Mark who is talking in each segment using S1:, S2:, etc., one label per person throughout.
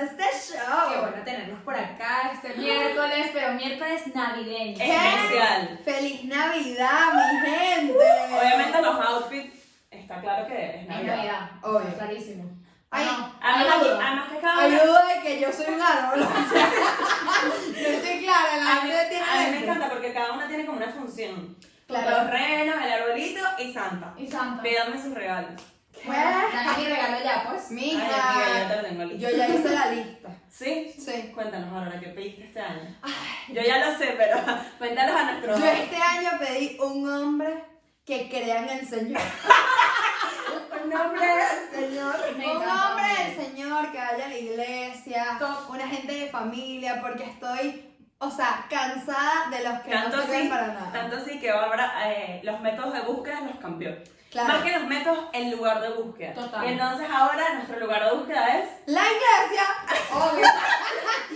S1: este show!
S2: Qué bueno tenerlos por acá este miércoles, pero miércoles navideño.
S1: Eh.
S3: Especial.
S1: ¡Feliz Navidad, mi gente!
S3: Obviamente los outfits, está claro que es
S2: Es
S3: Navidad.
S2: Navidad,
S1: Obvio.
S2: clarísimo. Ah,
S1: Ay,
S2: No,
S3: Además,
S2: hay
S3: aquí-
S2: duda.
S3: además que cada uno-
S1: Ayuda de que yo soy un árbol. Yo estoy clara, la
S3: A mí,
S1: gente tiene
S3: a mí me
S1: dentro.
S3: encanta porque cada una tiene como una función.
S1: Claro.
S3: Los renos, el arbolito y Santa.
S2: Y Santa.
S3: Pídanme sus regalos.
S1: Bueno,
S2: Dame mi regalo ya, pues.
S3: Ay, amiga, yo te
S1: Mija,
S3: lo tengo listo.
S1: yo ya hice la lista.
S3: ¿Sí?
S1: Sí.
S3: Cuéntanos, Aurora, ¿qué pediste este año? Yo ya lo sé, pero cuéntanos a
S1: Yo
S3: nuestros.
S1: este año pedí un hombre que crea en el Señor.
S3: Un nombre.
S1: Señor.
S2: Me
S1: Un
S2: encanta.
S1: hombre del Señor que vaya a la iglesia,
S2: Top.
S1: una gente de familia, porque estoy, o sea, cansada de los que
S3: Tanto
S1: no sirven
S3: así,
S1: para nada.
S3: tanto así que Bárbara, eh, los métodos de búsqueda los cambió.
S1: Claro.
S3: Más que los métodos, el lugar de búsqueda.
S2: Total.
S3: Y entonces ahora nuestro lugar de búsqueda es.
S1: La iglesia, obvio.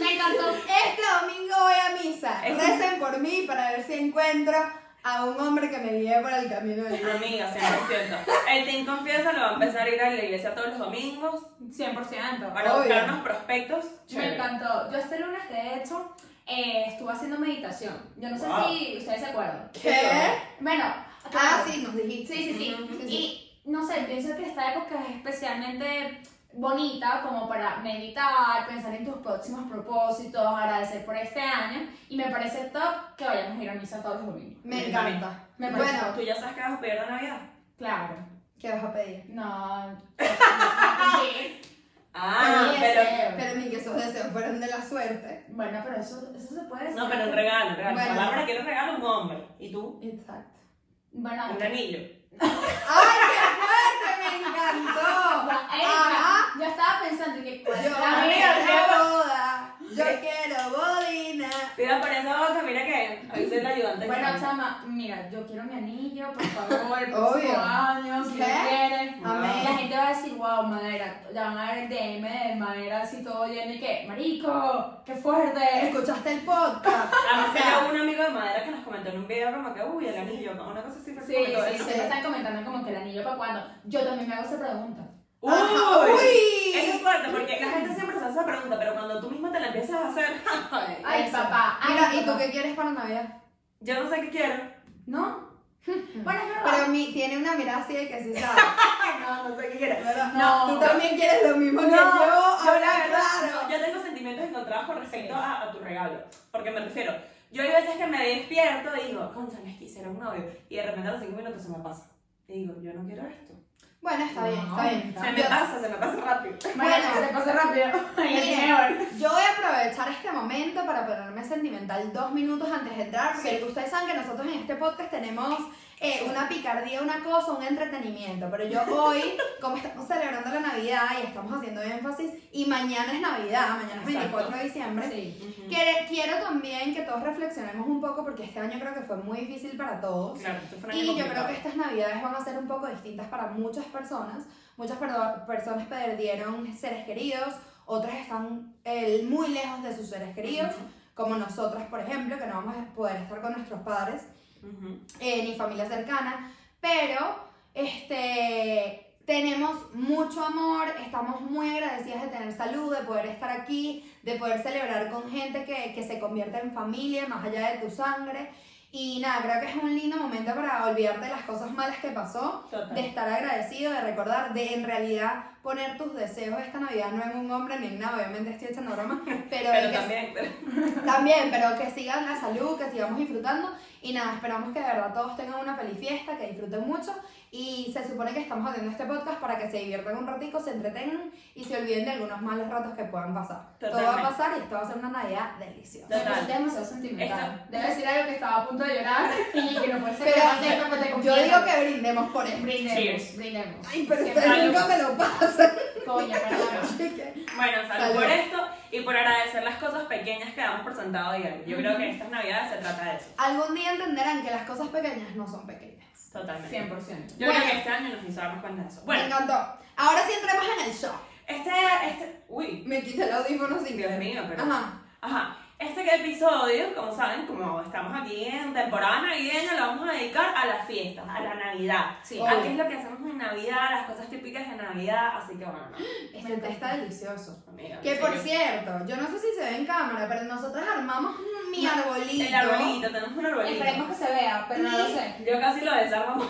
S2: Me encantó.
S1: Este domingo voy a misa.
S3: Es-
S1: Recen por mí para ver si encuentro a un hombre que me guíe por el camino de Dios.
S3: Amiga, 100%. El Team Confianza lo va a empezar a ir a la iglesia todos los domingos
S2: 100%.
S3: para
S1: Obvio.
S3: buscar unos prospectos.
S2: Me
S3: Chévere.
S2: encantó. Yo este lunes, de hecho, eh, estuve haciendo meditación. Yo no sé
S3: Wow.
S2: si ustedes se acuerdan.
S1: ¿Qué?
S2: Bueno,
S1: Ah,
S2: claro.
S1: sí, nos dijiste.
S2: Sí, sí, sí.
S3: Ujú,
S1: sí,
S2: Y no sé, pienso que esta época es especialmente bonita como para meditar, pensar en tus próximos propósitos, agradecer por este año y me parece top que vayamos a ir a misa todos los domingos.
S1: Me encanta.
S2: Me parece
S1: bueno,
S3: ¿Tú ya sabes que vas a pedir de Navidad?
S2: Claro.
S1: ¿qué vas a pedir?
S2: No.
S3: Ah,
S2: Sí,
S3: pero.
S2: deseo.
S1: Pero mi que esos deseos fueron de la suerte.
S2: Bueno, pero eso, eso se puede
S3: No,
S2: hacer.
S3: pero un regalo, regalo.
S1: Bueno.
S3: Bárbara quiere un regalo a un hombre. ¿Y tú?
S1: Exacto.
S2: Bueno,
S3: Un anillo.
S1: ¡Ay, qué fuerte! ¡Me encantó!
S2: Erika, yo estaba pensando que pues,
S1: Yo
S2: cuál
S1: quiero boda. Yo quiero bodina.
S3: Mira, por eso, que mira que hoy soy la ayudante.
S2: Bueno,
S3: externa.
S2: chama, mira, yo quiero mi anillo, por favor, el
S1: Obvio.
S2: próximo año, si
S1: ¿Qué?
S2: lo quieres. Y
S1: Amén.
S2: la gente va a decir, wow, madera, ya van a ver el DM de madera así todo lleno y que, marico, qué fuerte.
S1: ¿Escuchaste el podcast?
S3: Además,
S1: O sea,
S3: tenía un amigo de madera que nos comentó en un video como que, uy, el anillo, ¿no? una cosa así.
S2: Sí,
S3: como todo
S2: sí,
S3: eso.
S2: sí, están comentando como que el anillo para cuando. Yo también me hago esa pregunta.
S3: Uy,
S1: Ajá, uy.
S3: Eso es fuerte porque la gente siempre se hace esa pregunta, pero cuando tú misma te la empiezas a hacer, ay,
S2: Ay,
S1: Eso.
S2: papá, ay,
S1: Mira, ¿y tú
S2: papá.
S1: qué quieres para Navidad?
S3: yo no sé qué quiero.
S2: ¿No? Bueno, es verdad.
S1: Pero mi, tiene una mirada así de que sí sabe.
S3: Ay, no, no sé qué quiero.
S1: ¿verdad?
S2: No.
S1: Tú también quieres lo mismo que yo.
S3: yo
S1: Ahora,
S3: la verdad,
S1: claro.
S3: no, yo tengo sentimientos encontrados con respecto a, a tu regalo. Porque me refiero, yo hay veces que me despierto y digo, cónchale, es que hiciera un novio. Y de repente a los cinco minutos se me pasa. Y digo, yo no quiero esto.
S1: Bueno, está bien, está bien.
S2: No,
S3: Se me
S1: Yo-
S3: pasa, se me pasa rápido.
S2: Bueno,
S1: Bueno.
S2: que se pase rápido. Ay, es
S1: Miren,
S2: mejor.
S1: Yo voy a aprovechar este momento para ponerme sentimental dos minutos antes de entrar, porque ustedes saben que nosotros en este podcast tenemos eh, una picardía, una cosa, un entretenimiento, pero yo hoy, como estamos celebrando la Navidad y estamos haciendo énfasis, y mañana es Navidad, mañana es 24 de diciembre,
S2: Sí.
S1: que- quiero también que todos reflexionemos un poco, porque este año creo que fue muy difícil para todos.
S3: Claro, esto fue un año
S1: Y yo creo
S3: complicado.
S1: que estas navidades van a ser un poco distintas para muchas personas. Muchas perdo- personas perdieron seres queridos, otras están eh, muy lejos de sus seres queridos, como nosotras, por ejemplo, que no vamos a poder estar con nuestros padres
S3: Ujú.
S1: eh, ni familia cercana, pero este, tenemos mucho amor, estamos muy agradecidas de tener salud, de poder estar aquí, de poder celebrar con gente que, que se convierte en familia, más allá de tu sangre. Y nada, creo que es un lindo momento para olvidarte de las cosas malas que pasó,
S3: Total.
S1: de estar agradecido, de recordar, de en realidad poner tus deseos esta Navidad no en un hombre ni en nada, obviamente estoy echando broma, pero, en
S3: Pero
S1: que
S3: también,
S1: también, pero que sigan la salud, que sigamos disfrutando. Y nada, esperamos que de verdad todos tengan una feliz fiesta, que disfruten mucho. Y se supone que estamos haciendo este podcast para que se diviertan un ratico, se entretengan y se olviden de algunos malos ratos que puedan pasar. Todo va
S3: Totalmente.
S1: a pasar y esto va a ser una Navidad deliciosa.
S2: Me
S3: Total.
S2: resulta demasiado sentimental. Debe decir algo que estaba a punto de llorar y que no puede ser.
S1: Pero
S2: que te
S1: yo digo que brindemos por él.
S2: Brindemos,
S3: Cheers.
S2: brindemos.
S1: Ay, pero
S2: Siempre
S1: ustedes
S2: hay
S1: nunca me lo pasan.
S2: un- Coño, perdón.
S3: bueno, salud,
S1: Salud.
S3: por esto y por agradecer las cosas pequeñas que damos por sentado diario. Yo creo que estas navidades se trata de eso.
S1: Algún día entenderán que las cosas pequeñas no son pequeñas.
S3: Totalmente.
S2: 100%.
S3: Yo
S1: Bueno.
S3: creo que este año nos hizo darnos cuenta de eso.
S1: Me
S3: Bueno,
S1: encantó. Ahora sí entremos en el show.
S3: este, este, uy,
S1: Me quité el audífono sin
S3: Dios mío, pero.
S1: Ajá.
S3: Ajá. Este episodio, como saben, como estamos aquí en temporada navideña, lo vamos a dedicar a las fiestas, a la Navidad.
S2: Sí.
S3: ¿A qué es lo que hacemos en Navidad? Las cosas típicas de Navidad, así que bueno,
S1: Este té está delicioso.
S3: no, amiga,
S1: Que
S3: en
S1: por
S3: serio.
S1: cierto, yo no sé si se ve en cámara, pero nosotros armamos mi
S2: No,
S1: arbolito.
S3: El arbolito, tenemos un arbolito.
S2: Esperemos que se vea, pero no lo sé.
S3: Yo casi lo desarmo.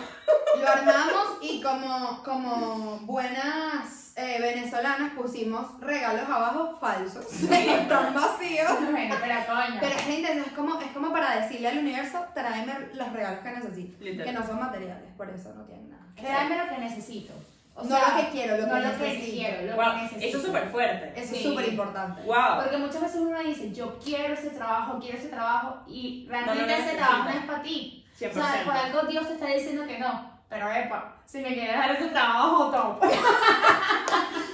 S1: Lo armamos y como, como buenas eh, venezolanas pusimos regalos abajo falsos. Están vacíos.
S2: Bueno, pero coño.
S1: Pero gente, es como, es como para decirle al universo, tráeme los regalos que necesito. Que no son materiales, por eso no tienen nada.
S2: Créanme lo que necesito. O
S1: no
S2: sea,
S1: lo que quiero, lo
S2: no
S1: que
S2: lo que
S1: necesito.
S2: quiero, lo que
S3: Wow,
S2: necesito.
S3: eso es súper fuerte.
S1: Eso es
S2: Sí.
S1: súper importante.
S3: Wow.
S2: Porque muchas veces uno dice, yo quiero ese trabajo, quiero ese trabajo, y realmente
S3: No lo
S2: ese
S3: necesito.
S2: trabajo no es para ti. O sea, por
S3: 100%.
S2: algo Dios te está diciendo que no. Pero epa, si me quieres dar ese trabajo, top.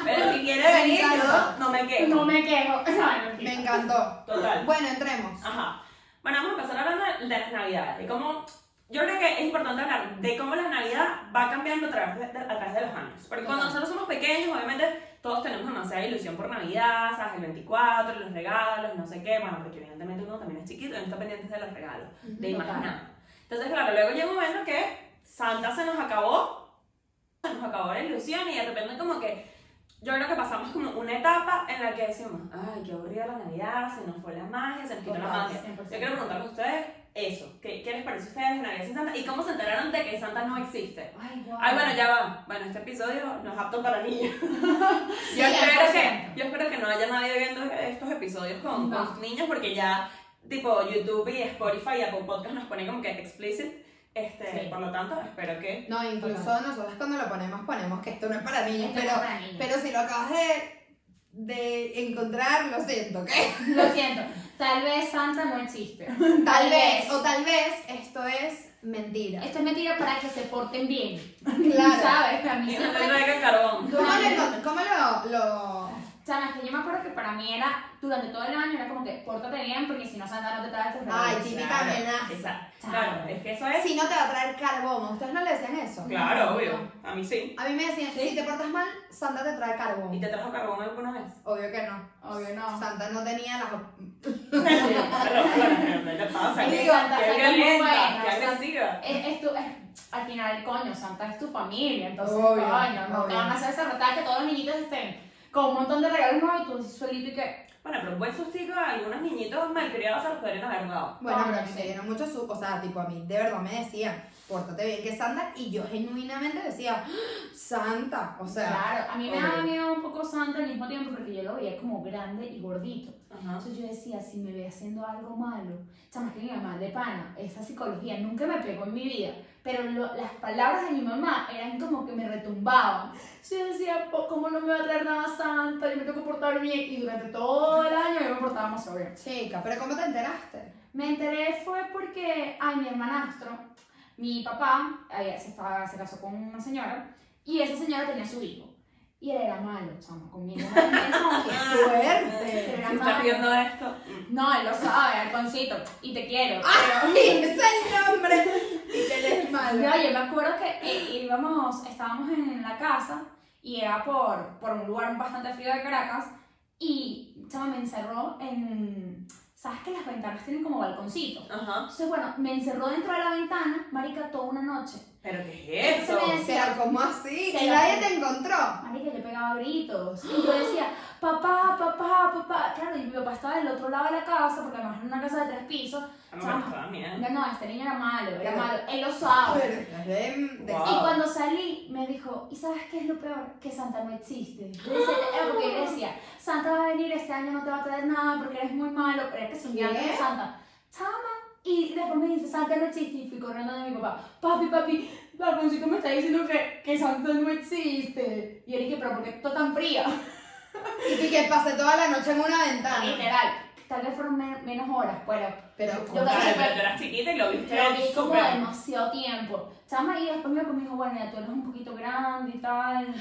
S3: Pero si quieres
S1: Me
S3: venir,
S1: encanta.
S3: yo no me quejo.
S2: No me quejo. No, no,
S1: Me encantó.
S3: Total.
S1: Bueno, entremos.
S3: Ajá. Bueno, vamos a empezar hablando de las navidades. Y cómo, yo creo que es importante hablar de cómo la Navidad va cambiando a través de, a través de los años. Porque cuando
S1: Total.
S3: nosotros somos pequeños, obviamente todos tenemos demasiada ilusión por Navidad, ¿sabes? El 24, los regalos, no sé qué. Bueno, porque evidentemente uno también es chiquito y no está pendiente de los regalos, de
S2: Total.
S3: imaginar. Entonces, claro, luego llega un momento que Santa se nos acabó, se nos acabó la ilusión y de repente como que yo creo que pasamos como una etapa en la que decimos, ay, qué aburrida la Navidad, se nos fue la magia, se nos quitó la
S1: Total,
S3: magia. Yo quiero preguntarles a ustedes eso, ¿qué, qué les pareció a ustedes de Navidad sin Santa y cómo se enteraron de que Santa no existe?
S2: Ay, wow.
S3: Ay, bueno, ya va. Bueno, este episodio no es apto para niños. Yo,
S1: 100%.
S3: espero que, yo espero que no haya nadie viendo estos episodios con, con
S2: No.
S3: niños porque ya, tipo, YouTube y Spotify y Apple Podcast nos ponen como que explicit. Este,
S2: Sí.
S3: Por lo tanto, espero que...
S1: No, incluso nosotros cuando lo ponemos, ponemos que esto no es para niños,
S2: Esto es
S1: pero,
S2: para niños.
S1: pero si lo acabas de, de encontrar, lo siento, ¿ok?
S2: Lo siento. Tal vez Santa no existe.
S1: Tal vez, o tal vez esto es mentira.
S2: Esto es mentira para que se porten bien.
S1: Claro.
S2: ¿Sabes? A mí
S3: Que no
S2: siempre-
S3: te traigan carbón.
S1: ¿Cómo lo, encont- cómo lo, lo-
S2: Chama, es que yo me acuerdo que para mí era, durante todo el año, era como que pórtate bien porque si no Santa no te trae tus
S1: Ay,
S2: regalos.
S1: típica
S3: Claro,
S1: amenaza.
S3: exacto. Claro, es que eso es...
S1: Si no te va a traer carbón, ¿a ustedes no le decían eso?
S3: ¿Eh? Claro, obvio. A mí sí.
S1: A mí me decían,
S2: Sí.
S1: si te portas mal, Santa te trae
S3: ¿Y
S1: carbón.
S3: te trajo carbón alguna vez?
S1: Obvio que no.
S2: Obvio no.
S1: Santa no tenía las... op-
S3: Pero,
S2: Ah.
S3: pero, ¿qué le pasa?
S2: Ay,
S3: Qué
S2: Santa, Santa
S3: qué
S2: es muy
S3: violenta,
S2: buena,
S3: qué
S2: Santa.
S3: agresiva.
S2: Es, es tu, es- al final, coño, Santa es tu familia, entonces,
S1: Obvio,
S2: coño, no te
S1: obvio.
S2: van a hacer desatar que todos los niñitos estén con un montón de regalos nuevos y tú así solito y que.
S3: Bueno, pero un buen sustico a algunos niñitos malcriados se los podrían haber dado.
S1: Bueno, pero a mí
S2: Sí.
S1: me dieron mucho su... O sea, tipo, a mí de verdad me decían, pórtate bien que Santa, y yo genuinamente decía, ¡Ah! Santa, o sea...
S2: claro, a mí me
S1: obvio.
S2: daba miedo un poco Santa al mismo tiempo porque yo lo veía como grande y gordito.
S3: Ajá.
S2: Entonces yo decía, si me ve haciendo algo malo, chamas que mi mamá de pana, esa psicología nunca me pegó en mi vida, pero lo- las palabras de mi mamá eran como que me retumbaban. Yo decía, "Po- ¿cómo no me va a traer nada santa? Yo me tengo que portar bien. Y durante todo el año yo me portaba más bien.
S1: Chica, ¿pero cómo te enteraste?
S2: Me enteré fue porque, ay, mi hermanastro, mi papá, ay, se, estaba, se casó con una señora y esa señora tenía su hijo. Y él era malo, chama, conmigo.
S3: Ah,
S1: ¡Fuerte!
S2: Pero
S3: Si estás viendo esto,
S2: No, él lo sabe, Alfoncito, y te quiero.
S1: ¡Ay, ese nombre! Y que él es malo.
S2: No, yo me acuerdo que eh, íbamos, estábamos en la casa y era por, por un lugar bastante frío de Caracas y chama me encerró en... ¿Sabes que las ventanas tienen como balconcito?
S3: ajá.
S2: Entonces, bueno, me encerró dentro de la ventana, marica, toda una noche.
S3: ¿Pero qué es eso?
S2: Eso me-
S1: Pero, ¿cómo así?
S2: Pero-
S1: ¿Y nadie te encontró?
S2: Marica, yo pegaba gritos. Y yo decía, papá, papá, papá. Claro, y mi papá estaba del otro lado de la casa, porque además era una casa de tres pisos.
S3: Ah, me gustaba, mierda.
S2: No, no, este niño era malo, era
S1: Claro.
S2: malo. Él lo sabe.
S1: Pero estás de... de-
S3: Wow.
S2: Y cuando salí, me dijo, ¿y sabes qué es lo peor? Que Santa no existe. Yo decía, era porque yo decía, Santa va a venir este año, no te va a traer nada porque eres muy malo, pero este es que soñaba
S1: ¿Qué?
S2: con Santa. Chama. Y después me dice, Santa no existe. Y fui corriendo de mi papá, papi, papi, Barboncito me está diciendo que, que Santa no existe. Y él dije, pero ¿por qué tú tan fría?
S1: Y tú que pasé toda la noche en una ventana.
S2: Literal, tal vez fueron men- menos horas, pero
S1: Pero,
S2: Yo
S3: Claro,
S2: casi-
S3: pero tú eras chiquita y lo viste
S2: Pero vi como
S3: súper-
S2: demasiado tiempo. Chama, y después mi papá me dijo, bueno, ya tú eres un poquito grande y tal.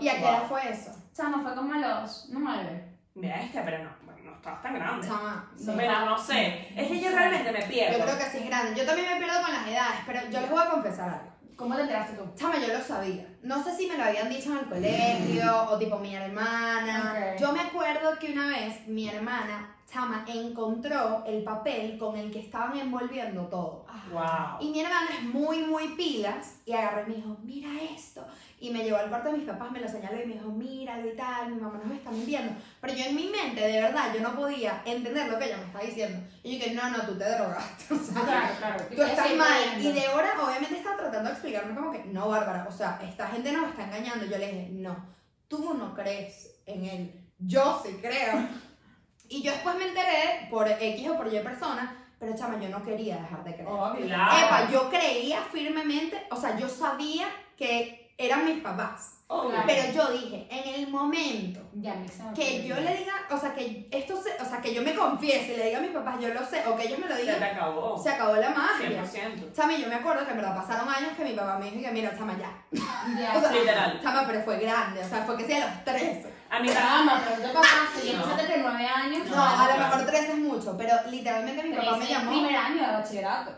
S1: ¿Y a qué edad fue eso?
S2: Chama, fue como a los nueve.
S3: Mira este, pero no, bueno, no estabas tan grande.
S1: Chama,
S2: Sí.
S3: Pero no sé, es que yo
S2: Sí.
S3: realmente me
S1: Yo
S3: pierdo.
S1: creo que sí es grande. Yo también me pierdo con las edades, pero yo les voy a confesar algo.
S2: ¿Cómo te enteraste tú?
S1: Chama, yo lo sabía. No sé si me lo habían dicho en el colegio o tipo mi hermana.
S2: Ok.
S1: Yo me acuerdo que una vez mi hermana, Chama, encontró el papel con el que estaban envolviendo todo.
S2: Ah,
S3: Wow.
S1: Y mi hermana es muy, muy pilas y agarró y me dijo, mira esto. Y me llevó al cuarto de mis papás, me lo señaló y me dijo, míralo y tal, mi mamá nos está mintiendo. Pero yo en mi mente, de verdad, yo no podía entender lo que ella me estaba diciendo. Y yo dije, no, no, tú te drogaste. O sea,
S2: Claro, claro.
S1: Ah, Tú estás mal. Y de hora, obviamente, está tratando de explicarme como que, no, Bárbara, o sea, esta gente nos está engañando. Yo le dije, no, tú no crees en él. Yo sí creo. Y yo después me enteré por X o por Y persona, pero chama, yo no quería dejar de creer.
S2: Oh,
S3: Claro.
S1: Epa, yo creía firmemente, o sea, yo sabía que eran mis papás.
S3: Obvio.
S1: Pero yo dije, en el momento
S2: Ya, me examen.
S1: que yo le diga, o sea, que esto se- o sea, que yo me confiese y le diga a mis papás, yo lo sé, o que ellos me lo
S3: Se te
S1: digan,
S3: acabó.
S1: se acabó la magia.
S3: 100%.
S1: Chama, yo me acuerdo que en verdad pasaron años que mi papá me dijo que mira, chama, ya.
S2: Ya.
S1: O sea,
S3: Literal.
S1: Chama, pero fue grande, o sea, fue que sí a los 13.
S3: A mí
S2: Ah, ma, pero tú te casaste, ya
S3: No.
S2: empezaste de nueve años.
S1: No,
S3: No,
S1: a lo
S3: claro.
S1: mejor 13 es mucho, pero literalmente mi papá me
S2: Trece,
S1: llamó.
S2: Primer año de bachillerato.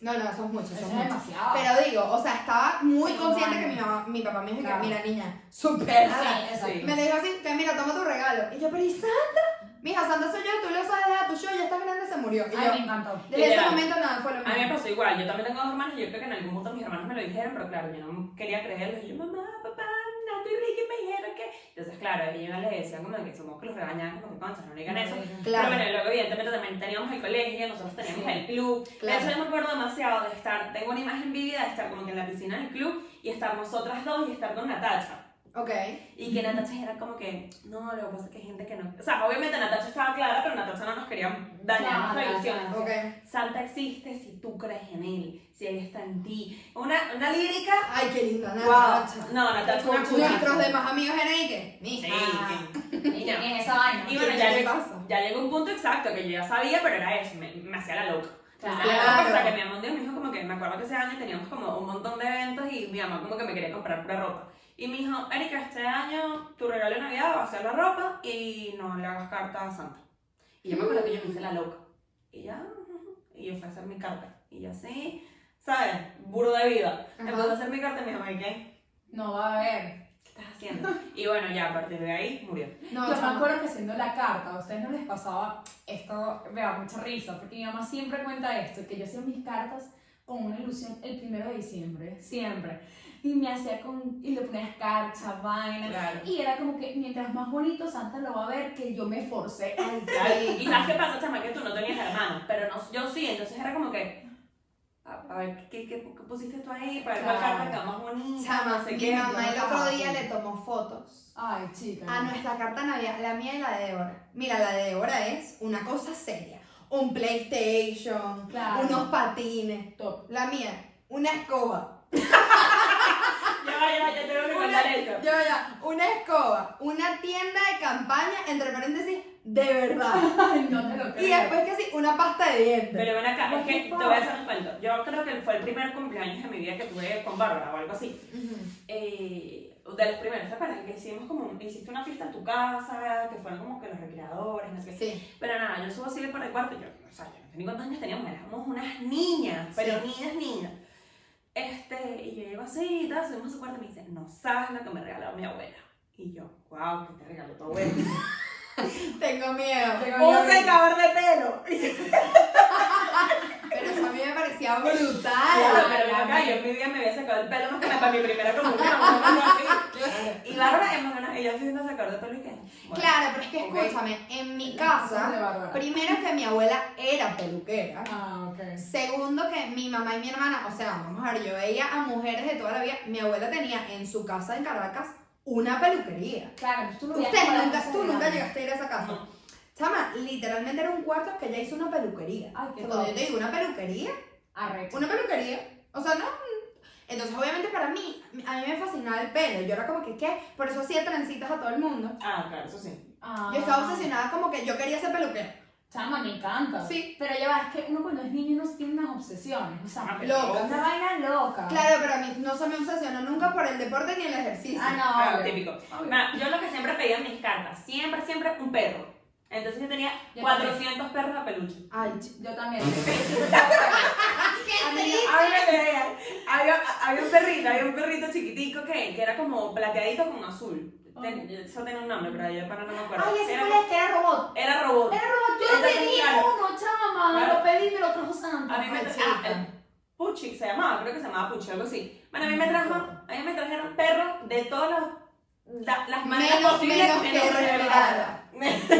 S1: No, no, eso es mucho, eso
S2: Eso
S1: es
S2: es
S1: mucho.
S2: demasiado.
S1: Pero digo, o sea, estaba muy
S2: Sí,
S1: consciente que
S2: humano.
S1: mi, mamá, mi papá me dijo
S2: Claro.
S1: que, mira, niña, supera.
S2: Sí, exacto.
S3: Sí.
S1: Me dijo así, que mira, toma tu regalo. Y yo, pero ¿y Santa? Mija, Santa soy yo, tú lo sabes, deja tu show, ya estás grande, se murió.
S2: Ay,
S1: Y
S2: me
S1: yo,
S2: encantó.
S1: desde ese
S3: Literal.
S1: momento nada, fue lo
S3: A mí me
S1: mismo.
S3: pasó igual, yo también tengo dos hermanos y yo creo que en algún momento mis hermanos me lo dijeron, pero claro, yo no quería creerlo. Y yo, mamá, papá, Nato y Ricky me dijeron que. Entonces, claro, ellos le decían como que somos que los regañaban, como que conchas, no digan eso.
S1: Claro.
S3: Pero bueno, luego evidentemente también teníamos el colegio, nosotros teníamos
S2: Sí.
S3: el club.
S1: Claro.
S3: Eso yo me acuerdo demasiado de estar, tengo una imagen vívida de estar como que en la piscina del club y estar nosotras dos y estar con Natacha.
S1: Ok,
S3: Y que Natacha era como que, no, lo que pasa es que hay gente que no. O sea, obviamente Natacha estaba clara, pero Natacha no nos quería dañar nuestra
S2: Claro,
S3: ilusión.
S2: claro.
S1: ok.
S3: Santa existe si tú crees en él, si él está en ti. Una, una lírica.
S1: Ay, qué linda, nada.
S3: ¡Wow! No, Natacha una
S2: Con
S3: cuña.
S1: Nuestros demás amigos eran y que,
S3: Sí,
S1: mija.
S3: sí.
S2: Y en esa vaina.
S3: Y bueno,
S1: ¿Qué
S3: ya,
S1: te
S3: lleg-
S1: pasa?
S3: ya llegó un punto exacto que yo ya sabía, pero era eso, me, me hacía la loca.
S2: Claro.
S3: Me hacía la loca Hasta
S1: Claro.
S3: que mi mamá un día me dijo como que, me acuerdo que ese año teníamos como un montón de eventos y mi mamá como que me quería comprar pura ropa. Y me dijo, Erika, este año tu regalo de Navidad va a ser la ropa y no le hagas carta a Santa. Y yo me acuerdo que yo me hice la loca. Y ya, ujú. y yo fui a hacer mi carta. Y yo así, ¿sabes? Burro de vida.
S1: Ajá.
S3: Empecé a hacer mi carta y me dijo, "Ay, ¿qué?
S2: No va a haber.
S3: ¿Qué estás haciendo? y bueno, ya a partir de ahí murió.
S1: No,
S2: Yo me
S1: chama.
S2: acuerdo que haciendo la carta, a ustedes no les pasaba, esto me da mucha risa, porque mi mamá siempre cuenta esto, que yo hacía mis cartas con una ilusión el primero de diciembre, siempre. Y me hacía con, y le ponía escarcha, vaina.
S3: Claro.
S2: Y era como que mientras más bonito Santa lo va a ver, que yo me forcé.
S1: Ay,
S3: Ay,
S1: sí.
S3: Y sabes qué pasa, chama, que tú no tenías hermanos, pero no, yo sí, entonces era como que, a, a ver, ¿qué, qué, qué pusiste tú ahí? Para ver cuál
S2: Claro.
S3: carta quedó más bonita,
S1: Chama,
S3: no sé
S1: mi
S3: qué.
S1: mamá el otro día
S2: sí.
S1: le tomó fotos.
S2: Ay, chica.
S1: A nuestra carta navidad, la mía y la de Débora. Mira, la de Débora es una cosa seria. Un PlayStation,
S2: Claro.
S1: unos patines.
S2: Top.
S1: La mía, una escoba.
S3: Ya va, ya va, ya tengo que contar esto.
S1: Ya, ya, una escoba. Una tienda de campaña, entre paréntesis, de verdad.
S2: Ay, no te lo creo.
S1: y después que sí, una pasta de dientes.
S3: Pero ven acá, es que
S2: Por
S3: te
S2: favor.
S3: voy a hacer un cuento. Yo creo que fue el primer cumpleaños de mi vida que tuve con Bárbara o algo así.
S1: Ujú.
S3: eh, de los primeros, ¿te acuerdas? Que hicimos como, un- hiciste una fiesta en tu casa, que fueron como que los recreadores, no sé qué.
S1: Sí,
S3: Pero nada, yo subo así de por el cuarto, yo, o sea, yo no sé ni cuántos años teníamos, éramos unas niñas, pero niñas, niñas. Este, y yo llego así y tal, subimos a su cuarto y me dice, no sabes lo que me regaló mi abuela. Y yo, wow, que te regaló tu abuela.
S1: tengo miedo.
S2: Tengo miedo.
S3: ¡Un secador de pelo!
S1: Pero eso a mí me parecía brutal.
S3: Claro, pero ven acá, yo en mi vida me había sacado el pelo más que para mi primera comunión. ¿no? No, sí. Y Bárbara, hermano, ella sí un secador de pelo y que. bueno,
S1: Claro, pero es que
S3: ok.
S1: escúchame, en mi casa, primero que mi abuela era peluquera.
S2: Ah, ok.
S1: Segundo, que mi mamá y mi hermana, o sea, vamos a ver, yo veía a mujeres de toda la vida. Mi abuela tenía en su casa en Caracas una peluquería.
S2: Claro, tú lo veías
S1: Ustedes
S2: con la
S1: nunca,
S2: cosa
S1: tú
S2: de
S1: nunca
S2: la-
S1: llegaste a ir a esa casa.
S3: No.
S1: Chama, literalmente era un cuarto que ella hizo una peluquería.
S2: Ay,
S1: O
S2: qué
S1: sea, cuando yo
S2: top.
S1: te digo una peluquería,
S2: Arrecho.
S1: una peluquería, o sea, no. mm. Entonces, obviamente, para mí, a mí me fascinaba el pelo. Yo era como que, ¿qué? Por eso hacía trencitas a todo el mundo.
S3: Ah, claro, eso sí.
S2: Ah.
S1: Yo estaba obsesionada como que yo quería ser peluquera.
S2: Chama, me encanta.
S1: Sí.
S2: Pero ya va, es que uno cuando es niño no tiene unas obsesiones. O sea,
S3: Ah,
S1: Loca.
S2: una vaina loca.
S1: Claro, pero a mí no se me obsesionó nunca por el deporte ni el ejercicio.
S2: Ah, no.
S3: Ah,
S2: obvio.
S3: típico.
S2: Obvio.
S3: Ma, yo lo que siempre pedía en mis cartas, siempre, siempre un perro. Entonces yo tenía
S2: Yo
S3: 400 perros de peluche.
S1: Ay,
S2: Yo también.
S1: ¡Qué
S2: Amiga,
S1: Ah, triste!
S3: Había, había, había un perrito, había un perrito chiquitico que, que era como plateadito con azul.
S1: Oh.
S3: Ten- eso tenía un nombre, pero yo para no me acuerdo.
S2: Ay, ese
S3: era,
S2: cuál es que era robot.
S3: era robot.
S2: Era robot, yo lo
S3: Entonces,
S2: pedí
S3: claro.
S2: uno, chama.
S3: Claro.
S2: Lo pedí, me lo trajo Santa.
S3: A mí me
S1: Ay,
S3: trajo.
S1: chica.
S3: Puchi se llamaba, creo que se llamaba Puchi, algo así. Bueno, a mí me trajo, a mí me trajeron perros de todas las, da- las maneras
S1: Menos-
S3: posibles.
S1: menos que respirar.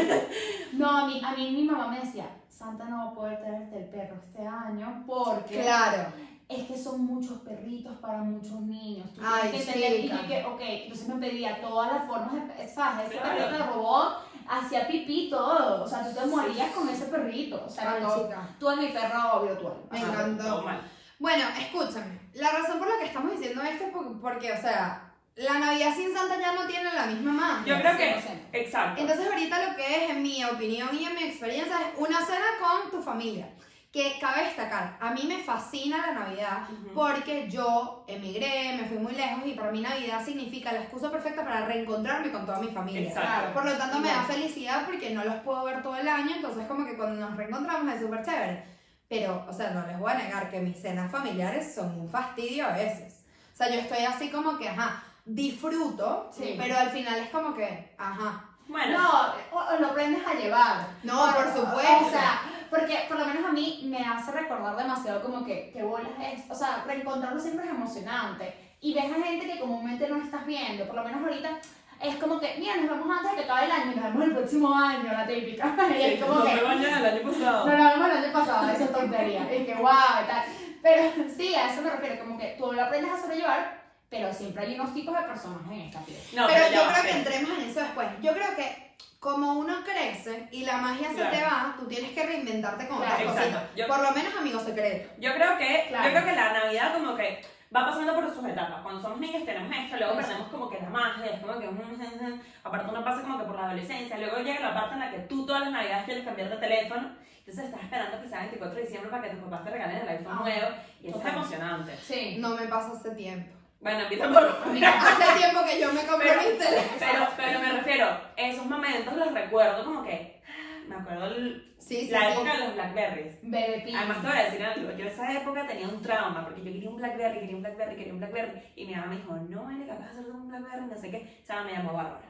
S2: No, a mí, a mí mi mamá me decía, Santa no va a poder traerte el perro este año porque
S1: Claro.
S2: es que son muchos perritos para muchos niños. Tú
S1: Ay,
S2: tienes que tener, y
S1: chica.
S2: yo que, ok, entonces me pedía todas las formas de, ¿sabes? Ese
S3: Claro.
S2: perrito de robot hacía pipí todo, o sea, tú te morías con ese perrito, o sea,
S1: Ay,
S2: no-
S1: chica.
S2: tú a mi perro, obvio, tú a él.
S1: Me
S3: Ajá,
S1: encantó.
S3: todo mal.
S1: Bueno, escúchame. La razón por la que estamos diciendo esto es porque, porque, o sea, la Navidad sin Santa ya no tiene la misma magia.
S3: Yo creo que,
S2: 100%.
S3: exacto.
S1: Entonces ahorita lo que es, en mi opinión y en mi experiencia, es una cena con tu familia. Que cabe destacar, a mí me fascina la Navidad
S3: Ujú.
S1: porque yo emigré, me fui muy lejos y para mí Navidad significa la excusa perfecta para reencontrarme con toda mi familia.
S3: Exacto.
S1: Por lo tanto, me da
S2: Igual.
S1: felicidad porque no los puedo ver todo el año, entonces como que cuando nos reencontramos es súper chévere. Pero, o sea, no les voy a negar que mis cenas familiares son un fastidio a veces. O sea, yo estoy así como que, ajá, disfruto,
S2: Sí.
S1: pero al final es como que, ajá.
S3: Bueno,
S2: No, o, o lo aprendes a llevar.
S1: No, por
S2: O
S1: supuesto.
S2: sea, porque por lo menos a mí me hace recordar demasiado como que, que bolas es. O sea, reencontrarlo siempre es emocionante. Y ves a gente que comúnmente no estás viendo. Por lo menos ahorita es como que, mira, nos vemos antes de que acabe el año y nos vemos el próximo año, la típica. Y es como
S3: no
S2: que,
S3: me bañas el año pasado.
S2: no, no, bueno, año pasado, eso es tontería. Es que guau y tal. Pero sí, a eso me refiero, como que tú lo aprendes a sobrellevar, pero siempre hay unos tipos de personas en esta fiesta.
S3: No,
S1: pero
S3: ya
S1: yo
S3: va, eh,
S1: creo que
S3: espera.
S1: entremos en eso después. Yo creo que como uno crece y la magia se
S3: Claro.
S1: te va, tú tienes que reinventarte con
S2: Claro,
S1: otras
S3: exacto.
S1: cositas.
S3: Yo-
S1: Por lo menos amigos secretos.
S3: Yo creo que,
S2: Claro.
S3: yo creo que la Navidad como que va pasando por sus etapas. Cuando somos niños tenemos esto, luego
S2: Exacto.
S3: perdemos como que la magia, es como que mm, aparte uno pasa como que por la adolescencia, luego llega la parte en la que tú todas las navidades quieres cambiar de teléfono, entonces estás esperando que sea 24 de diciembre para que tus papás te regalen el iPhone
S2: Ah,
S3: nuevo y eso es
S2: total.
S3: emocionante.
S2: Sí.
S1: No me pasa hace tiempo.
S3: Bueno, a mí tampoco.
S1: Hace tiempo que yo me compré
S3: Pero-
S1: mi teléfono.
S3: Pero, pero me refiero, esos momentos los recuerdo como que, ah, me acuerdo el-
S1: Sí, sí,
S3: la
S1: sí.
S3: época de los Blackberries.
S2: Bebé Pink.
S3: Además, te voy a decir algo. Yo en esa época tenía un trauma porque yo quería un Blackberry, quería un Blackberry, quería un Blackberry. Y mi mamá me dijo, no, eres capaz de hacerte un Blackberry, no sé qué. Chama me llamó Bárbara.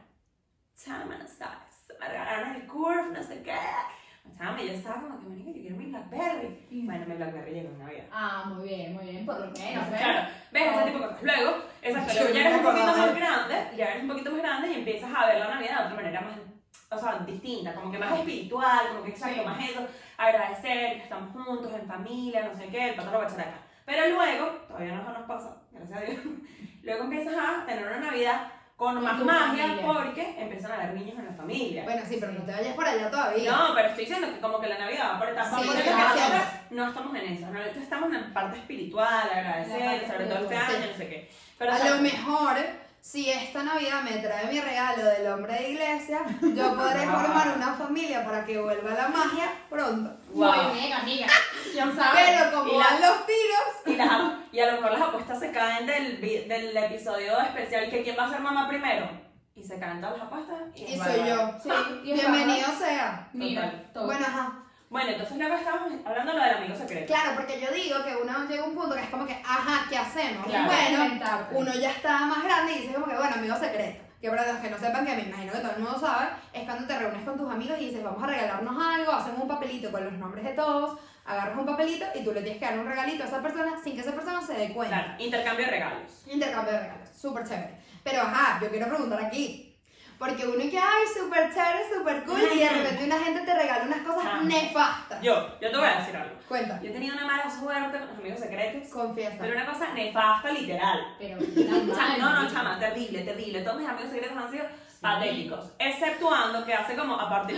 S3: Chama, no sabes. Me regalaron el curve, no sé qué. Chama, y yo estaba como que, marica, yo quiero mi Blackberry. Bueno, mi Blackberry llegó en Navidad.
S2: Ah, muy bien, muy bien, por lo menos. ¿eh?
S3: Claro, ves ese tipo de cosas. Luego, exacto, luego
S1: Yo
S3: ya
S1: no
S3: eres un
S1: me
S3: poquito
S1: acordaba.
S3: más grande, ya eres un poquito más grande y empiezas a ver la Navidad de otra manera más, o sea, distinta, como que más espiritual, como que exacto,
S2: Sí.
S3: más eso, agradecer que estamos juntos, en familia, no sé qué, el patrón bacharaca. Pero luego, todavía no nos pasa, gracias a Dios, luego empiezas a tener una Navidad con
S2: Con
S3: más
S2: tu
S3: magia
S2: familia.
S3: porque empiezan a haber niños en la familia.
S1: Bueno, sí, pero
S2: Sí.
S1: no te vayas por allá todavía.
S3: No, pero estoy diciendo que como que la Navidad va por etapas.
S1: Sí,
S3: por ejemplo,
S1: claro.
S3: nosotras no estamos en eso. Nosotros estamos en la parte espiritual, agradecer,
S2: La parte
S3: sobre todo este
S2: espiritual,
S3: año,
S1: sí.
S3: no sé qué. Pero, o
S1: A
S3: sea,
S1: lo mejor, si esta Navidad me trae mi regalo del hombre de iglesia, yo podré
S3: Ah.
S1: formar una familia para que vuelva la magia pronto.
S3: Wow.
S2: Muy bien, amiga. ¿Quién sabe?
S1: Pero
S3: Ah, y
S1: como
S3: la-
S1: van los tiros,
S3: Y, las- y a lo mejor las apuestas se caen del, vi- del episodio especial que quién va a ser mamá primero. Y se caen todas las apuestas.
S1: y
S3: bueno,
S1: soy
S3: bueno.
S1: yo.
S2: Sí, y es
S1: Bienvenido sea.
S2: Mira, todo.
S1: Bueno, ajá.
S3: ah, Bueno, entonces luego estábamos hablando de lo del amigo secreto.
S1: Claro, porque yo digo que uno llega a un punto que es como que, ajá, ¿qué hacemos?
S3: Claro.
S1: Bueno,
S2: Inventarte.
S1: uno ya está más grande y dices como que, bueno, amigo secreto. Que para los que no sepan, que me imagino que todo el mundo sabe, es cuando te reúnes con tus amigos y dices, vamos a regalarnos algo, hacen un papelito con los nombres de todos, agarras un papelito y tú le tienes que dar un regalito a esa persona sin que esa persona se dé cuenta.
S3: Claro, intercambio de regalos.
S1: Intercambio de regalos, súper chévere. Pero ajá, yo quiero preguntar aquí, porque uno que, ay, súper chévere, súper cool, y de
S3: Ujú.
S1: repente una gente te regala unas cosas
S3: Ah.
S1: nefastas.
S3: Yo, yo te voy a decir algo.
S1: Cuenta,
S3: Yo he tenido una mala suerte con los amigos secretos,
S1: confiesa.
S3: pero una cosa nefasta, literal.
S2: Pero
S3: Chama,
S2: mira,
S3: no, no, chama, terrible, terrible. Todos mis amigos secretos han sido patéticos. Exceptuando que hace como, aparte,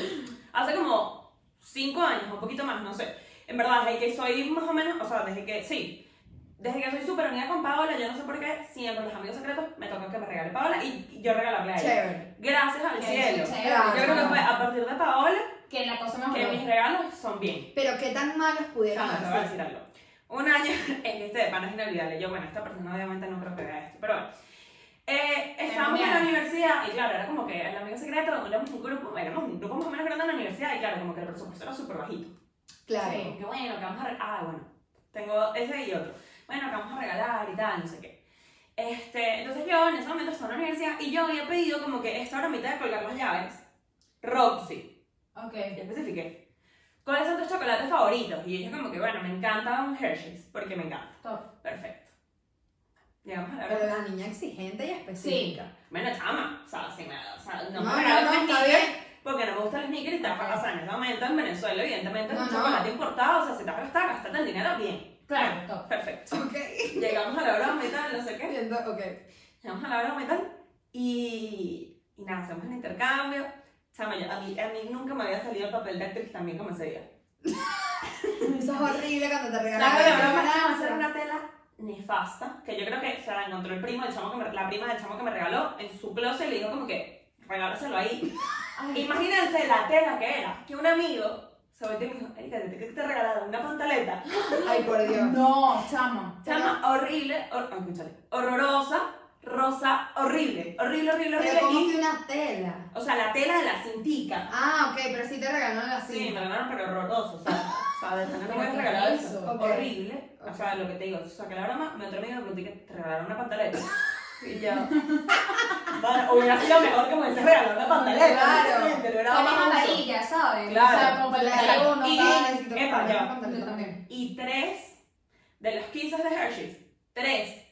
S3: hace como 5 años, un poquito más, no sé. En verdad, desde que soy más o menos, o sea, desde que, sí, desde que soy súper unida con Paola, yo no sé por qué, siempre los amigos secretos me toca que me regale Paola y y yo regalarle a ella.
S1: Chévere.
S3: Gracias al
S2: Qué
S3: cielo.
S2: chévere.
S3: Yo creo que fue a partir de Paola
S2: Que la cosa
S3: que mis
S2: mejor.
S3: regalos son bien.
S1: Pero qué tan malos pudieron
S3: Chama, te voy a
S1: hacer.
S3: decir algo. Un año en este de panas inolvidable. Yo, bueno, esta persona obviamente no creo que vea esto, pero bueno. Eh, estábamos en la
S2: mañana.
S3: universidad y claro, era como que el amigo secreto, éramos un grupo, éramos un grupo más o menos grande en la universidad y claro, como que el presupuesto era súper bajito.
S1: Claro.
S3: Qué bueno, que vamos a... re- Ah, bueno, tengo ese y otro. bueno, acá vamos a regalar y tal, no sé qué. Este, entonces yo en ese momento estaba en la universidad y yo había pedido como que esta bromita de colgar las llaves. Roxy.
S2: Ok.
S3: Yo especifiqué. ¿Cuáles son tus chocolates favoritos? Y ella como que, bueno, me encanta un Hershey's, porque me encanta.
S2: Top.
S3: Perfecto. Llegamos a la
S1: Pero la niña exigente y específica.
S3: Bueno, chama, o sea, si me, o sea, no, me
S1: No, no,
S3: regalen
S1: no,
S3: un
S1: está
S3: sneaker,
S1: bien.
S3: porque no me gustan los sneakers y te vas a gastar en ese momento en Venezuela, evidentemente, es un
S1: No, no.
S3: chocolate importado, o sea, si te vas a gastar, gastate el dinero bien.
S2: Claro, top.
S3: Perfecto.
S1: Ok.
S3: Llegamos a la broma y tal, no sé qué.
S1: Viendo, ok.
S3: Llegamos a la broma y tal, y, y nada, hacemos el intercambio. Chama, yo- a mí, a mí nunca me había salido el papel de actriz también como ese día.
S1: Eso es horrible cuando te
S3: La
S1: regalan.
S3: verdad, me
S1: regalan-
S3: hacer una tela nefasta, que yo creo que se la encontró el primo, el chamo que me- la prima del chamo que me regaló en su closet y le dijo como que regálaselo ahí. Imagínense la tela que era, que un amigo se volteó y me dijo, Erika, ¿te- ¿qué te he regalado? Una pantaleta.
S1: Ay, por Dios.
S2: No, chamo.
S3: Chama horrible, hor- ay, escúchale, horrorosa, rosa, horrible, horrible, horrible, horrible.
S1: Pero como
S3: y-
S1: que una tela.
S3: o sea, la tela de la cintica.
S1: Ah, ok, pero sí te regalaron la
S3: Sí, me
S1: cinta.
S3: regalaron, pero horroroso. O sea, para no me
S2: ¿Pero
S3: habían
S2: qué
S3: regalado
S2: es
S3: eso.
S1: eso?
S3: Horrible. O sea, lo que te digo, saqué la broma, mi otro amigo me preguntó que te regalaron una pantaleta. Y yo. Bueno, hubiera sido mejor que me hubiese regalado una pantaleta.
S1: Claro.
S3: ¿no? Pero era
S2: Como
S3: más amarillo.
S2: amarilla, ¿sabes?
S3: Claro.
S2: O sea, como para el
S1: Claro.
S2: desayuno,
S3: Y-
S2: tal.
S3: Epa, ya.
S2: Yo también.
S3: Y tres de los 15 de Hershey's. Tres.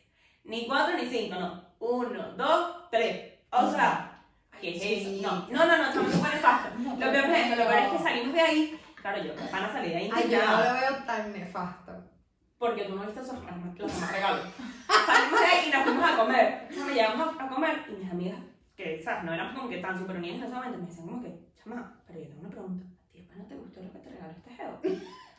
S3: Ni cuatro ni cinco, no. Uno, dos, tres. O sea, ¿qué es
S1: Sí.
S3: eso? No, no, no, no, no, fue nefasto. Lo peor, es, lo peor es que salimos de ahí. Claro, yo, van a salir de ahí.
S1: Ay, yo
S3: indignada.
S1: no lo veo tan nefasto.
S3: porque tú no viste esos los demás regalos. Salimos de ahí y nos fuimos a comer. O sea, me llevamos a, a comer y mis amigas, que ¿sabes? no éramos como que tan super unidas en ese momento, me decían como que, chama, pero yo tengo una pregunta. ¿A ti después no te gustó lo que te regaló este geo?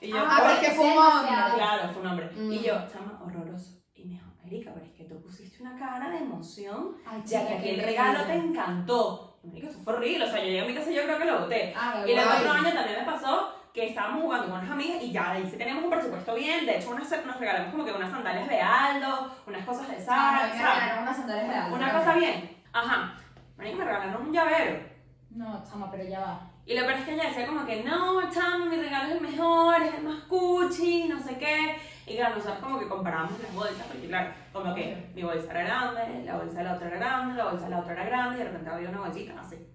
S3: Y yo,
S1: Ah,
S3: "Por-
S1: pero es que
S2: sí,
S1: fue un
S2: demasiado.
S1: hombre.
S3: claro, fue un hombre.
S1: Mm.
S3: Y yo, chama, horroroso. Y me dijo, Erika, pero es que tú pusiste una cara de emoción,
S2: Ay,
S3: ya que
S2: chica,
S3: aquí
S2: qué
S3: el regalo te
S2: lindo.
S3: encantó. Y me dijo, eso fue horrible, o sea, yo llegué a mi casa y yo creo que lo boté.
S2: Ah,
S3: Y el
S1: Guay.
S3: otro año también me pasó que estábamos jugando con unas amigas y ya de ahí sí teníamos un presupuesto bien. De hecho, unas, nos regalamos como que unas sandalias de Aldo, unas cosas de Sara,
S2: me
S3: ¿sabes?
S2: regalaron unas sandalias de algodón.
S3: Una cosa bien. Ajá. Marica, me regalaron un llavero.
S2: No, chama, pero ya va.
S3: Y lo peor es que ella decía como que, no, chamo, mi regalo es el mejor, es el más cuchi, no sé qué. Y claro, nosotros como que comparábamos las bolsas, porque claro, como que mi bolsa era grande, la bolsa de la otra era grande, la bolsa de la otra era grande, y de repente había una bolsita así.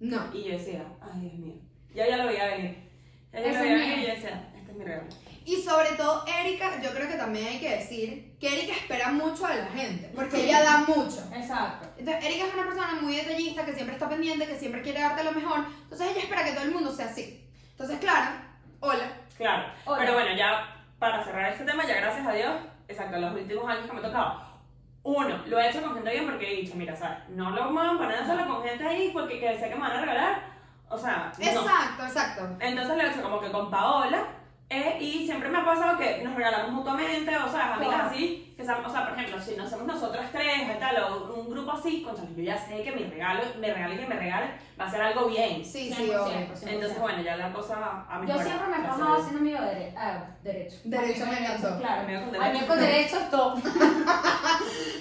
S1: No.
S3: Y yo decía, ay Dios mío, ya ya lo veía venir. Ya yo
S2: Ese
S3: lo veía
S2: es
S3: venir y
S2: mío.
S3: yo decía, este es mi regalo.
S1: Y sobre todo, Erika, yo creo que también hay que decir que Erika espera mucho de la gente, porque ella da mucho.
S2: Exacto.
S1: Entonces, Erika es una persona muy detallista, que siempre está pendiente, que siempre quiere darte lo mejor. Entonces, ella espera que todo el mundo sea así. Entonces, claro, hola.
S3: Claro.
S2: Hola.
S3: Pero bueno, ya para cerrar este tema, ya gracias a Dios, exacto, los últimos años que me ha tocado. Uno, lo he hecho con gente bien porque he dicho, mira, ¿sabes? No lo muevan para nada solo con gente ahí porque que sé que me van a regalar. O sea, no.
S1: Exacto, exacto.
S3: Entonces lo he hecho como que con Paola. eh, y siempre me ha pasado que nos regalamos mutuamente, o sea, amigas
S2: Claro.
S3: así, que seamos- o sea, por ejemplo, si nos hacemos nosotras tres, o tal, o un grupo así, concha, yo ya sé que mi regalo, me regale que me regale, va a ser algo bien.
S1: Sí, sí, obvio.
S3: Entonces, bueno, ya la cosa va a
S2: Yo
S3: mejorar.
S2: siempre me he
S3: Gracias a
S2: formado
S3: Dios.
S2: haciendo amigo dere ah, derecho.
S1: Derecho me encantó.
S2: Claro.
S3: Amigo con
S2: Amigos con derechos, top.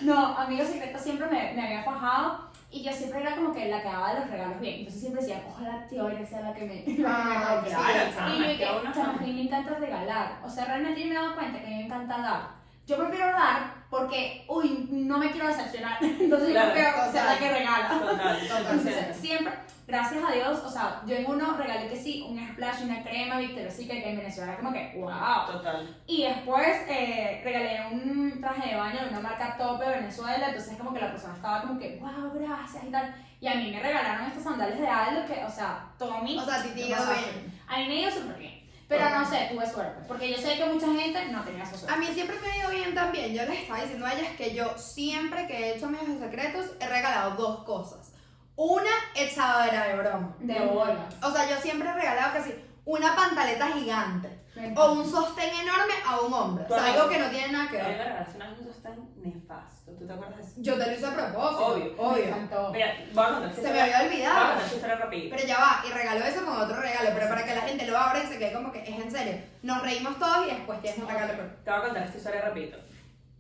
S2: no, amigos secretos siempre me, me había fajado y yo siempre era como que la que daba los regalos bien. Entonces siempre decía, ojalá tío Eres sea la que me. la que me
S1: Ah,
S2: regale".
S3: Claro,
S1: Sí.
S3: chama,
S2: y yo
S3: es que
S2: dije,
S3: a uno
S2: chama, a mí me encanta regalar. O sea, realmente yo me he dado cuenta que a mí me encanta dar. Yo prefiero dar porque, uy, no me quiero decepcionar. Entonces
S3: Claro,
S2: yo prefiero ser la
S1: total.
S2: que regala.
S3: Total, total,
S2: Entonces,
S3: siempre.
S2: siempre, gracias a Dios, o sea, yo en uno regalé que sí, un splash, una crema, Victoria Secret, que en Venezuela era como que, wow.
S3: Total.
S2: Y después eh, regalé un traje de baño de una marca tope de Venezuela, entonces como que la persona estaba como que, wow, gracias y tal. Y a mí me regalaron estos sandales de Aldo que, o sea, Tommy,
S1: O sea, a ti te
S2: ¿qué
S1: iba
S2: pasa?
S1: bien.
S2: a mí me dio súper bien. Pero no sé, tuve suerte, porque yo sé que mucha gente no tenía esa
S1: A
S2: suerte.
S1: mí siempre me ha ido bien también. Yo les estaba diciendo a ellas que yo siempre que he hecho amigos secretos he regalado dos cosas. Una echadera de broma.
S2: De bola.
S1: O sea, yo siempre he regalado casi una pantaleta gigante
S2: Ah,
S1: o un sostén enorme a un hombre. O sea, algo que no tiene nada que
S3: Pero
S1: ver.
S3: la relación a mí tan nefasto. ¿Tú te acuerdas de eso?
S1: Yo te lo hice a propósito.
S3: Obvio.
S2: Me
S1: Obvio.
S2: encantó.
S3: Mira, voy a contar esta
S1: Se me
S3: historia-
S1: había
S3: voy a
S1: olvidado.
S3: contar esta historia rapidito.
S1: Pero ya va, y regaló eso con otro regalo, pero para que la gente lo abra y se quede como que es en serio. Nos reímos todos y después tienes un regalo. pero-
S3: Te voy a contar esta historia rapidito.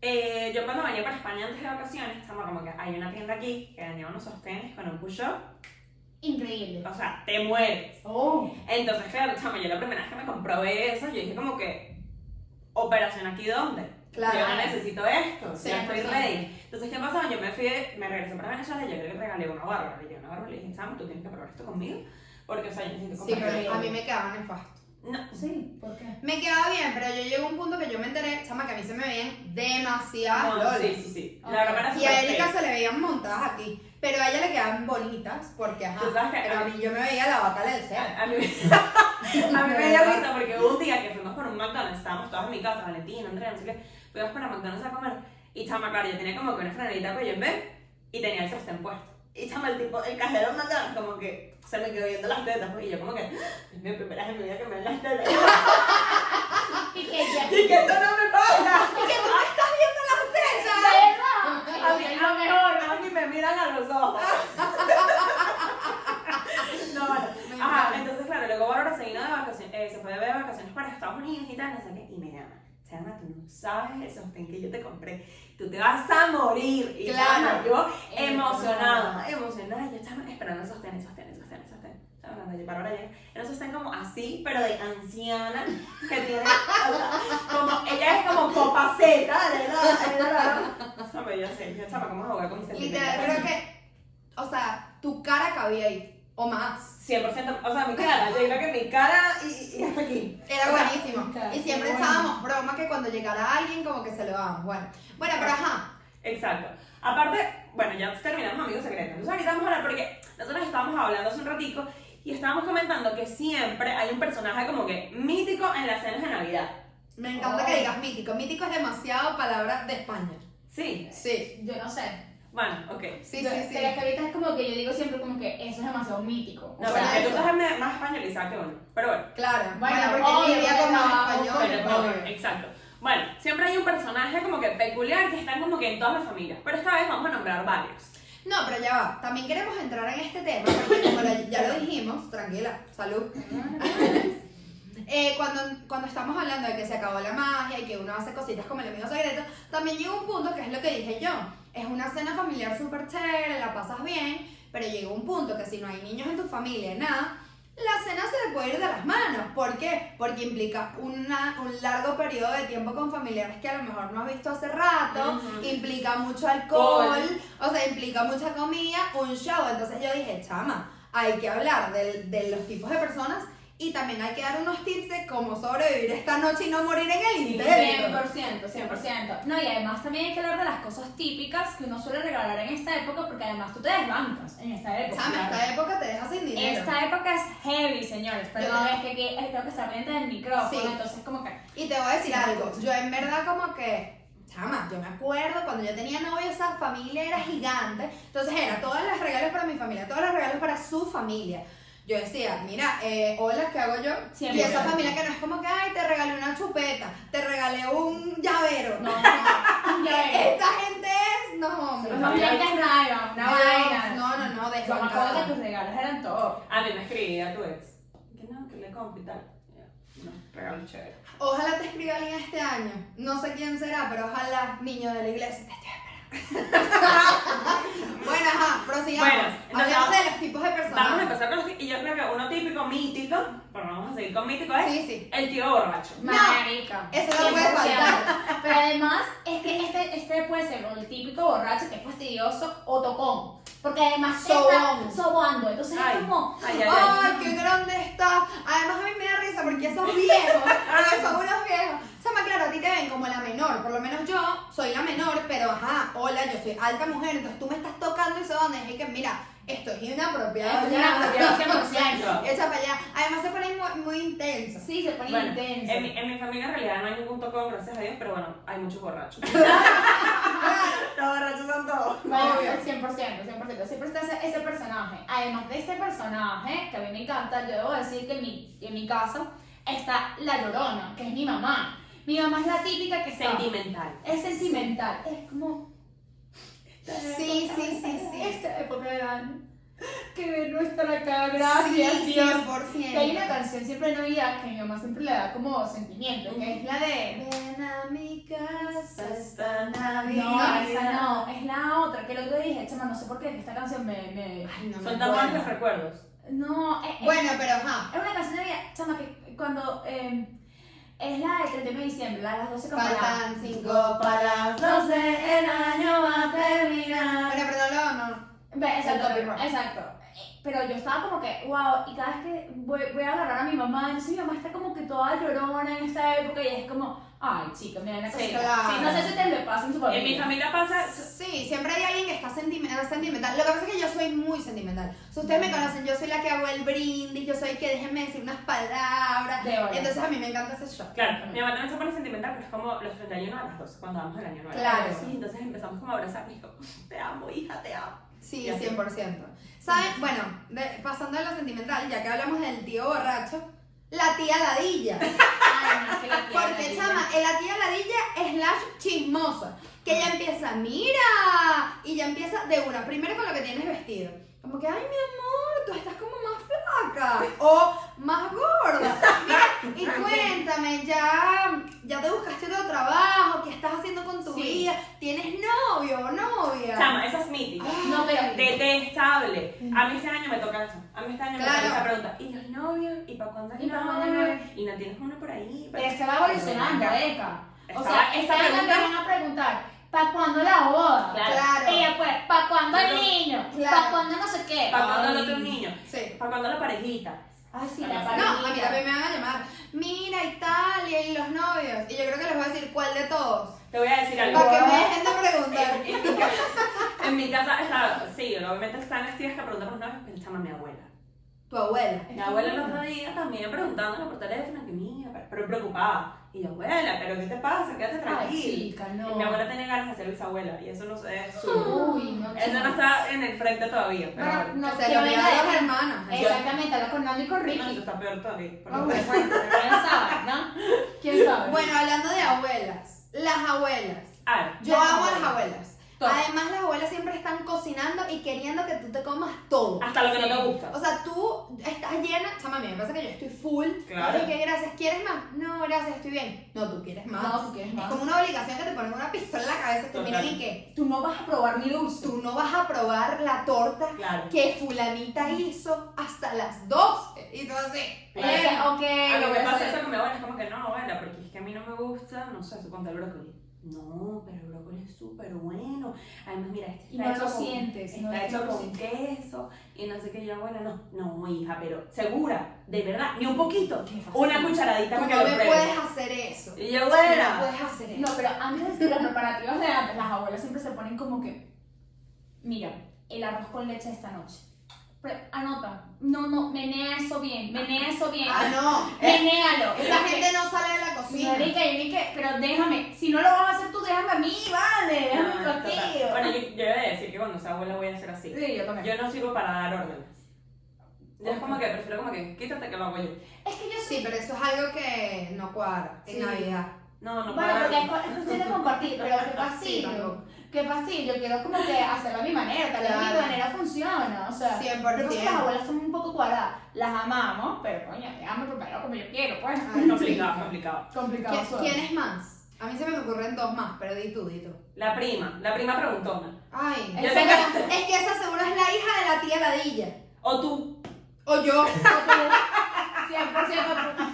S3: Eh, yo cuando venía para España antes de vacaciones, estaba como que hay una tienda aquí que vendía unos sostenes con un push-up.
S2: Increíble.
S3: O sea, te mueres.
S2: Oh.
S3: Entonces, claro, chama, yo la primera vez que me comprobé eso, yo dije como que, ¿operación aquí dónde?
S1: Claro.
S3: Yo no necesito esto,
S1: Sí,
S3: ya estoy
S1: sí.
S3: ready. Entonces, ¿qué pasaba? Yo me fui, me regresé para Venezuela y yo le regalé una barba. Le llevé una barba y le dije, Sam, tú tienes que probar esto conmigo. Porque, o sea, yo necesito
S1: Sí,
S3: comprar
S1: pero
S3: esto.
S1: a mí me quedaba nefasto.
S3: No,
S2: Sí, ¿por qué?
S1: Me quedaba bien, pero yo llego a un punto que yo me enteré, chama, que a mí se me veían demasiadas
S3: no, sí,
S1: lolis.
S3: sí, sí.
S2: Ok.
S3: La broma era
S1: Y a
S3: súper
S1: Erika
S3: fea.
S1: se le veían montadas aquí, pero a ella le quedaban bonitas, porque ajá,
S3: Tú sabes que
S1: pero
S3: a-
S1: a mí yo me veía la vaca del deseo.
S3: A mí, a mí me dio risa porque hubo un día que fuimos por un McDonald's, estábamos todas en mi casa, Valentina, Andrea, no sé qué, fuimos para McDonald's a comer y chama, claro, yo tenía como que una franelita cuello en B y tenía el sostén puesto. Y chama, el tipo, el cajero de McDonald's como que se me quedó viendo las tetas pues, y yo como que, es mi primera vez en mi vida que me ven las tetas.
S2: Y que ya.
S3: Y que esto no me pasa.
S1: ¿Y que tú me estás viendo las tetas?
S2: ¿Verdad?
S3: Así,
S2: Es lo mejor.
S3: A mí me miran a los ojos. no, bueno.
S1: Me
S3: Ajá,
S1: encanta.
S3: entonces, claro, luego Bárbara se vino de vacaciones, eh, se fue de vacaciones para Estados Unidos y tal, no sé qué, y me llama. Chama, tú no sabes el sostén que yo te compré. Tú te vas a morir. Y
S1: Claro.
S3: chama, yo emocionada, emocionada. Yo chama, esperando el sostén, el sostén, el sostén, el sostén. Chama, cuando yo- Bárbara llega, era un sostén como así, pero de anciana, que tiene, o sea, como, ella es como copaceta, de verdad, de verdad. Chama, yo sé, yo chama, ¿cómo jugar con mis
S1: Literal,
S3: sentimientos?
S1: creo que, o sea, tu cara cabía ahí, o más.
S3: 100%, o sea, mi cara, yo creo que mi cara y, y hasta aquí.
S1: Era
S3: O sea,
S1: buenísimo.
S2: claro,
S1: y siempre
S2: qué bueno.
S1: estábamos broma que cuando llegara alguien como que se lo daban. Bueno, bueno, pero ajá.
S3: Exacto. Aparte, bueno, ya terminamos Amigos Secretos. Entonces ahorita vamos a hablar porque nosotros estábamos hablando hace un ratico y estábamos comentando que siempre hay un personaje como que mítico en las cenas de Navidad.
S1: Me encanta
S2: Oh.
S1: que digas mítico. Mítico es demasiado palabra de España.
S3: Sí.
S1: Sí,
S2: Yo no sé.
S3: Bueno, ok.
S1: sí, sí,
S2: Yo-
S1: sí.
S2: Pero es que ahorita es como que yo digo siempre como que eso es demasiado mítico.
S3: No,
S1: Bueno,
S3: bueno,
S1: eso.
S3: tú estás me- más españolizada que uno. Pero bueno.
S1: Claro. Bueno,
S2: Bueno,
S1: porque
S2: obvio,
S1: él vivía con más
S2: pero-
S1: españoles.
S3: Pero,
S1: obvio.
S3: pero, exacto. Bueno, siempre hay un personaje como que peculiar que está como que en todas las familias. Pero esta vez vamos a nombrar varios.
S1: No, pero ya va. También queremos entrar en este tema, porque como la- ya lo dijimos, tranquila, salud. Eh, cuando, cuando estamos hablando de que se acabó la magia y que uno hace cositas como el amigo secreto, también llega un punto que es lo que dije yo. Es una cena familiar súper chévere, la pasas bien, pero llega un punto que si no hay niños en tu familia, nada, la cena se le puede ir de las manos. ¿Por qué? Porque implica una, un largo periodo de tiempo con familiares que a lo mejor no has visto hace rato,
S3: Ujú.
S1: implica mucho alcohol, o sea, implica mucha comida, un show. Entonces yo dije, chama, hay que hablar del- de, los tipos de personas y también hay que dar unos tips de cómo sobrevivir esta noche y no morir en el intento.
S2: 100%, 100%. No, y además también hay que hablar de las cosas típicas que uno suele regalar en esta época, porque además tú te desbancas en esta época.
S1: Chama,
S2: claro.
S1: esta época te deja sin dinero.
S2: Esta época es heavy, señores. Perdón,
S1: Yo-
S2: es que aquí eh, tengo que estar pendiente del micrófono,
S1: Sí.
S2: entonces como que...
S1: Y te voy a decir algo, yo en verdad como que, chama, yo me acuerdo cuando yo tenía novio, esa familia era gigante, entonces era todos los regalos para mi familia, todos los regalos para su familia. Yo decía, mira, eh, hola, ¿qué hago yo?
S2: Siempre.
S1: y esa familia que no es como que, ay, te regalé una chupeta, te regalé un llavero.
S2: No, no, no. Ya ves.
S1: Esta gente es, no, hombre.
S2: Los familiares raivan, una vaina.
S1: No, no, no,
S2: Yo me acuerdo que
S1: desbancada.
S2: tus regalos eran todo.
S3: Ah, A mí me escribía tu ex. Que no, que le compro y tal. No, regalo chévere.
S1: Ojalá te escriba alguien este año. No sé quién será, pero ojalá, niño de la iglesia, te estoy esperando. bueno, ajá, prosigamos.
S3: Bueno, entonces
S1: Hablamos de los tipos de personas.
S3: Vamos a empezar con los tí- Y yo creo que uno típico mítico, pero vamos a seguir con mítico, es
S1: Sí, sí.
S3: el tío borracho.
S1: No,
S2: Marica.
S1: eso no puede
S2: 100%.
S1: faltar.
S2: Pero además, es que este, este puede ser o el típico borracho que es fastidioso o tocón. Porque además te
S1: Sobón.
S2: está sobando. Entonces
S3: Ay,
S2: es como.
S3: ay, ay, ay.
S1: ¡Ay, qué grande está! Además, a mí me da risa porque esos viejos, porque son unos viejos. O sea, más claro, a ti te ven como la menor, por lo menos yo soy la menor, pero ajá, hola, yo soy alta mujer, entonces tú me estás tocando y se donde es que, mira, esto es inapropiado.
S2: Es inapropiado, 100%.
S1: Echa para allá. Además, se ponen muy, muy intensos.
S2: Sí, se pone
S3: Bueno,
S2: intenso.
S3: en mi, en mi familia en realidad no hay ningún tocón, gracias a Dios, pero bueno, hay muchos borrachos. Los borrachos son todos.
S2: Bueno,
S1: Obvio.
S2: 100%, 100%. Siempre está ese, ese personaje. Además de este personaje, que a mí me encanta, yo debo decir que en mi, en mi casa está la llorona, que es mi mamá. Mi mamá es la típica que está-
S3: Sentimental.
S2: es sentimental. Es como.
S1: Sí, sí, sí, sí.
S2: Esta época del año. Que de nuestra cara, gracias
S1: Sí,
S2: Dios.
S1: 100%.
S2: Que hay una canción siempre de Navidad que mi mamá siempre le da como sentimiento, que es la de.
S1: Ven a mi casa
S3: Esta Navidad.
S2: No, esa no, es la otra, que el otro día dije, chama, no sé por qué que esta canción me. me...
S1: Ay, no me
S3: Son tan
S1: acuerdo.
S3: buenos los recuerdos.
S2: No, eh, es, es-
S1: Bueno, pero ajá.
S2: es una canción de Navidad, chama, que cuando. eh, es la del 31 de diciembre, la de las 12 con palabras.
S1: Faltan cinco para las doce, el año va a terminar. Bueno, pero no, no.
S2: Ve,
S1: Del Toby Rock.
S2: Exacto, exacto. Eh, Pero yo estaba como que, wow, y cada vez que voy, voy a agarrar a mi mamá, entonces mi mamá está como que toda llorona en esta época y es como, ay chica, mira la
S3: Sí,
S2: cosita.
S1: claro.
S2: Sí, no sé si te lo pasa en tu
S3: En mi
S2: familia.
S3: familia pasa.
S1: Sí, siempre hay alguien que está sentimental, sentimental. Lo que pasa es que yo soy muy sentimental. Si ustedes me conocen, yo soy la que hago el brindis, yo soy que déjenme decir unas palabras.
S2: De bola.
S1: Entonces a mí me encanta ese show.
S3: Claro, mi mamá también se pone sentimental, pero es como los 31 a las 12, cuando vamos al año nuevo.
S1: Claro.
S3: Y entonces empezamos como a abrazarnos y como, te amo, hija, te amo.
S1: Sí,
S3: Ya sé.
S1: 100%. ¿Saben? Bueno, de- pasando a lo sentimental, ya que hablamos del tío borracho, la tía ladilla.
S2: Ay, no, es que la tía, la
S1: Porque,
S2: tía.
S1: chama, eh, la tía ladilla slash chismosa. Que ella empieza, mira, y ya empieza de una. Primero con lo que tienes vestido. Como que, ay, mi amor, tú estás como más flaca. O más gorda. Mira, y cuéntame, ya, ya te buscaste otro trabajo, ¿qué estás haciendo con tu
S2: Sí.
S1: vida? ¿Tienes novio o novia?
S3: Chama, esa es mítica.
S2: No, pero
S3: Detestable. A mí este año me toca eso. A mí este año
S1: Claro.
S3: me toca esa pregunta. ¿Y los novios? ¿Y para cuándo
S2: ¿Y pa'
S3: los
S2: cuándo
S3: novios? ¿Y no tienes uno por ahí?
S2: Pero se va evolucionando, ¿eh? Eka. O sea, esta
S3: esta
S2: vez te
S3: pregunta.
S2: van a preguntar, ¿para cuándo la boda?
S3: Claro.
S1: Claro.
S2: Ella pues, ¿para cuándo el
S3: Claro.
S2: niño?
S1: Claro.
S2: ¿Para cuándo no sé qué?
S3: ¿Para cuándo
S2: Ay.
S3: el otro niño?
S1: Sí.
S3: ¿Para cuándo la parejita?
S2: Ay, sí, la
S3: No,
S1: No, a mí
S2: parejita.
S1: también me van a llamar, mira Italia y los novios. Y yo creo que les voy a decir cuál de todos.
S3: Te voy a decir algo.
S1: Para que me dejen de preguntar.
S3: En, en mi casa, en mi casa está, sí, obviamente están las tías que preguntan por los novios, pero chama mi abuela.
S1: Tu abuela.
S3: Mi abuela el otro día también preguntándole por teléfono, que mía, pero- pero preocupada. Y yo, abuela, ¿pero qué te pasa? Quédate
S2: Ay,
S3: tranquila.
S2: chica,
S3: Y
S2: no.
S3: Mi abuela tiene ganas de ser bisabuela y eso no sé, es su...
S2: Uy, no.
S3: Eso no
S2: chica.
S3: está en el frente todavía, pero
S2: No,
S3: bueno.
S2: no,
S1: se
S2: que
S1: lo
S2: venga
S1: regalo a los
S2: de-
S1: hermanos.
S2: Exactamente, habla con Nando y con
S3: No, eso
S2: Ricky.
S3: está peor todavía. por
S2: Ah,
S3: lo
S2: bueno,
S3: menos.
S2: bueno, pero ¿Quién sabe, no? ¿Quién sabe?
S1: Bueno, hablando de abuelas, las abuelas.
S3: A ver,
S1: Yo
S2: Las
S1: amo a las
S2: abuelas.
S1: abuelas.
S2: Todas.
S1: Además, las abuelas siempre están cocinando y queriendo que tú te comas todo.
S3: hasta lo que no te
S2: Ah.
S3: gusta.
S1: O sea, tú estás llena, chama, a mí me pasa que yo estoy full.
S3: Claro.
S1: Ay, ¿qué gracias? ¿Quieres más? No, gracias, estoy bien. No, tú quieres más.
S2: no, tú quieres
S1: Es
S2: más.
S1: como una obligación que te ponen una pistola en la cabeza y te miran y que
S2: Tú no vas a probar mi dulce.
S1: tú no vas a probar la torta
S3: Claro.
S1: que fulanita hizo hasta las 12. Y tú así.
S3: claro.
S2: Eh, ok.
S3: A lo que
S2: yo
S3: pasa
S2: sé.
S3: es que me abuela es como que no, abuela, porque es que a mí no me gusta, no sé, suponte el brócoli. No, pero el brócoli es súper bueno. Además, mira, este
S2: Y
S3: está
S2: no
S3: hecho
S2: lo
S3: con-
S2: sientes. no
S3: Está
S2: es
S3: hecho
S2: lo
S3: con
S2: sientes.
S3: queso y no sé qué. Yo, abuela, no, no, hija, pero segura, de verdad, ni un poquito.
S2: Qué fácil.
S3: Una cucharadita
S1: Tú no
S3: para
S1: me
S3: que lo pruebe.
S1: puedes hacer eso.
S3: Y yo,
S1: Tú no
S3: abuela,
S1: puedes hacer eso.
S2: No, pero antes de los preparativos de antes, las abuelas siempre se ponen como que, mira, el arroz con leche esta noche. Pero anota, no, no, menea eso bien, menea eso bien,
S1: Ah, no.
S2: menéalo.
S1: Esa gente no sale de la
S2: Sí,
S1: cocina.
S2: marica, y que, pero déjame, si no lo vas a hacer tú, déjame a mí, vale,
S3: No,
S2: déjame
S3: total.
S2: contigo.
S3: Bueno, yo, yo he de decir que cuando sea abuela voy a hacer así.
S2: Sí, yo también.
S3: Yo no sirvo para dar órdenes. Yo es como que prefiero como que quítate que lo hago yo.
S2: Es que yo
S1: Sí, pero eso es algo que no cuadra en
S2: Sí.
S1: Navidad.
S3: No, no
S2: Bueno,
S3: puedo.
S2: porque es cu- es cuestión de compartir, pero qué fastidio,
S1: tampoco.
S2: qué fastidio, quiero como que hacerlo a mi manera, tal vez
S1: Claro.
S2: mi manera funciona, o sea. Creo que las
S1: 100%.
S2: abuelas son un poco cuadradas. Las amamos, pero coño, déjame prepararlo como yo quiero, pues.
S1: Ay,
S3: Complicado, complicado.
S2: Complicado.
S1: ¿Qui-
S2: suave.
S1: ¿Quién es más? A mí se me ocurren dos más, pero di tú, di tú.
S3: La prima, la prima preguntona.
S1: Ay,
S2: Yo
S1: esa- es que esa seguro es la hija de la tía Ladilla.
S3: O tú.
S1: O yo.
S2: 100%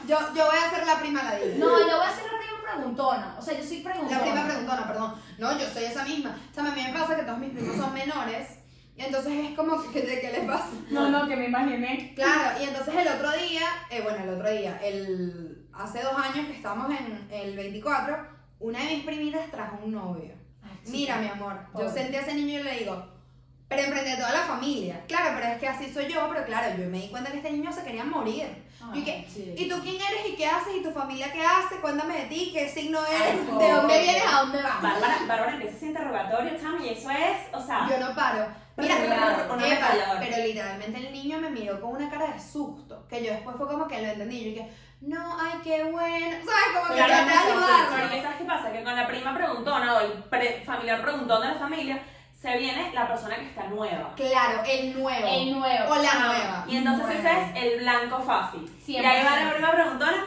S1: Yo, yo voy a ser la prima Ladilla.
S2: No, yo voy a ser la prima preguntona. O sea, yo soy preguntona.
S1: La prima preguntona, perdón. No, yo soy esa misma. O sea, a mí me pasa que todos mis primos son menores. Y entonces es como que, ¿de qué les pasa?
S2: No, no, que me imaginé.
S1: Claro, y entonces el otro día, eh, bueno, el otro día, el, hace dos años que estábamos en el 24, una de mis primitas trajo un novio. Mira, mi amor, yo
S2: Pobre.
S1: senté a ese niño y le digo, pero enfrente de toda la familia. Claro, pero es que así soy yo, pero claro, yo me di cuenta que este niño se quería morir.
S2: Ah,
S1: ¿y qué? ¿Y tú quién eres y qué haces? ¿Y tu familia qué hace? Cuéntame de ti, qué signo eres,
S2: Ay,
S1: de dónde
S2: pobre.
S1: vienes, a dónde vas.
S3: Bárbara, Bárbara empieza ese interrogatorio, chama, y eso es, o sea.
S1: Yo no paro. Mira,
S3: Claro,
S1: pero-
S3: no me
S1: epa,
S3: callador.
S1: pero literalmente el niño me miró con una cara de susto, que yo después fue como que lo entendí, yo dije, no, ay, qué bueno, ¿sabes? Como que
S3: Claro,
S1: traté de
S3: no sé,
S1: ayudarlo.
S3: porque ¿Sabes qué pasa? Que con la prima preguntona o el pre- familiar preguntón de la familia, se viene la persona que está nueva.
S1: Claro, el nuevo.
S2: El nuevo.
S1: o la
S2: Ah,
S1: nueva.
S3: Y entonces
S2: Bueno.
S3: ese es el blanco fácil. Y
S2: Siempre.
S3: ahí va la prima preguntona.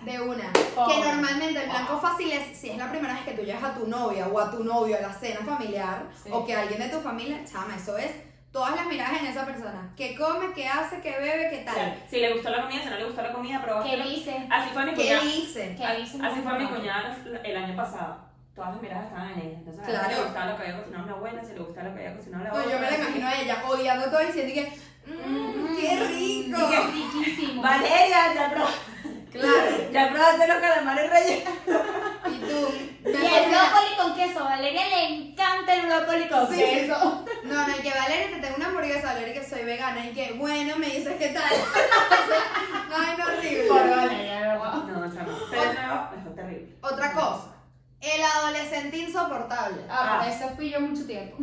S1: De una.
S3: Oh.
S2: Pobre.
S1: Que normalmente el blanco fácil es si es la primera vez que tú llevas a tu novia o a tu novio a la cena familiar
S2: Sí.
S1: o que alguien de tu familia, chama, eso es todas las miradas en esa persona. ¿Qué come? ¿Qué hace? ¿Qué bebe? ¿Qué
S3: Claro,
S1: tal?
S3: Si le gustó la comida, si no le gustó la comida, probaste.
S2: ¿Qué
S3: lo-
S2: dice?
S3: Así fue mi
S1: ¿Qué
S3: cuñada.
S1: dice?
S2: ¿Qué dice?
S3: Ah, Así fue mi cuñada el año pasado. Todas las miradas estaban en ella. Entonces, a
S1: Claro.
S3: ella le gustaba lo que había cocinado la abuela, si le gustaba lo que había cocinado la
S1: Pues
S3: abuela.
S1: yo me la imagino a ella odiando todo y diciendo que,
S2: Mm,
S1: mmm, qué rico.
S2: Y que es riquísimo.
S3: Valeria, ya probaste,
S1: Claro.
S3: ya probaste los calamares rellenos.
S1: Y tú,
S2: Y
S1: me
S2: el
S1: fascina.
S2: brócoli con queso. A Valeria le encanta el brócoli con
S1: Sí.
S2: queso.
S1: No, no, y que Valeria te tengo una hamburguesa, Valeria que soy vegana y que bueno, me dices qué tal. Ay, no, horrible.
S2: Por Valeria, de verdad.
S3: No, chama, se le pegó, es terrible.
S1: Otra cosa, el adolescente insoportable.
S2: Ah,
S3: Ah.
S2: por eso fui yo mucho tiempo.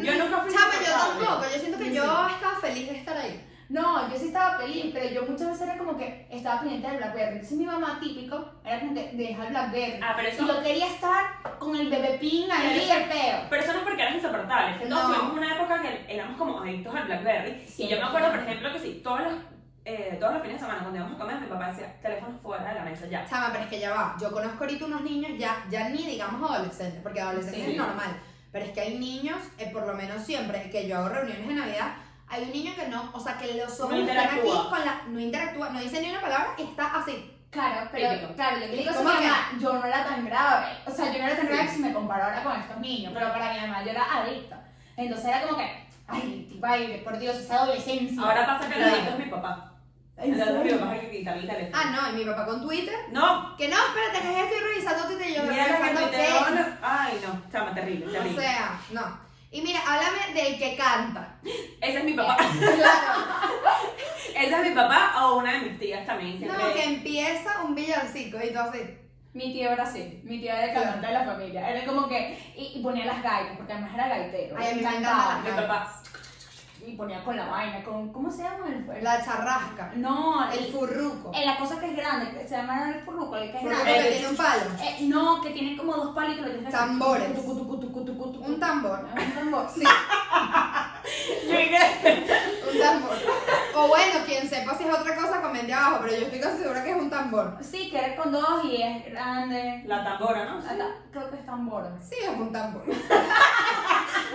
S3: Yo nunca fui
S1: Chama, yo
S3: insoportable.
S1: tampoco, yo siento que yo estaba feliz de estar ahí.
S2: No, yo sí estaba feliz, pero yo muchas veces era como que estaba pendiente del Blackberry. Entonces mi mamá típico era como que deja el Blackberry.
S3: Ah, pero
S2: Y
S3: eso,
S2: yo quería estar con el bebé pin ahí y el peo.
S3: pero eso no es porque eras insoportable. es que Todos
S1: No.
S3: tuvimos una época que éramos como adictos al Blackberry.
S2: Sí.
S3: Y yo me acuerdo, por ejemplo, que sí, todos los, eh, todos los fines de semana cuando íbamos a comer, mi papá decía, teléfono fuera de la mesa ya.
S1: Chama, pero es que ya va. Yo conozco ahorita unos niños, ya, ya ni digamos adolescentes, porque adolescentes
S3: Sí.
S1: es normal. Pero es que hay niños, eh, por lo menos siempre que yo hago reuniones de Navidad, hay un niño que no, o sea, que los ojos
S3: No
S1: están aquí
S3: interactúa.
S1: con la. No interactúa, no dice ni una palabra, está así.
S2: Claro, pero
S3: Típico.
S2: claro, yo digo
S1: ¿Cómo
S2: a mi
S1: que?
S2: mamá, yo no era tan grave. O sea, yo no era tan
S3: Sí.
S2: grave si me comparo ahora con estos niños, pero para mi mamá yo era adicta. Entonces era como que, ay, tipo, ay, por Dios, esa adolescencia.
S3: Ahora pasa que el
S1: Claro.
S3: adicto es mi papá.
S2: ¿En
S3: Entonces, mi
S2: serio?
S3: papá es gritar el teléfono.
S1: Ah, no, y mi papá con Twitter.
S3: No,
S1: Que no, espérate, que estoy revisando Twitter y yo
S3: mira la que
S1: revisando
S3: me
S1: Facebook.
S3: te Ay, no, chama, terrible,
S1: O
S3: terrible.
S1: sea, no. Y mira, háblame del que canta.
S3: Ese es mi papá.
S1: Claro.
S3: Ese es mi papá o una de mis tías también. Siempre.
S1: No, que empieza un villancico y todo así.
S2: Mi tío era así, mi tío era el cantante de la familia. Era como que, y, y ponía las gaitas, porque además era gaitero.
S1: Ay, a mí me
S2: cantaba.
S1: encantan
S3: Mi papá.
S2: Y ponía con la vaina, con, ¿cómo se llama el el-
S1: La charrasca.
S2: No,
S1: El
S2: el,
S1: furruco.
S2: en la cosa que es grande, que se llama el furruco, el que es
S1: Furruco
S2: grande.
S1: que tiene un palo.
S2: Eh, no, que tiene como dos palitos. le tienes que-
S1: Tambores.
S2: tucu, tucu, tucu, tucu, tucu, Ah.
S1: Un tambor.
S2: Un tambor.
S1: Sí,
S3: Yo dije,
S1: un tambor. O bueno, quien sepa si es otra cosa, comente abajo, pero yo estoy casi segura que es un tambor.
S2: Sí, que era con dos y es grande.
S3: La tambora, ¿no?
S2: Ah, ta- Creo que es tambor.
S1: Sí, es un tambor.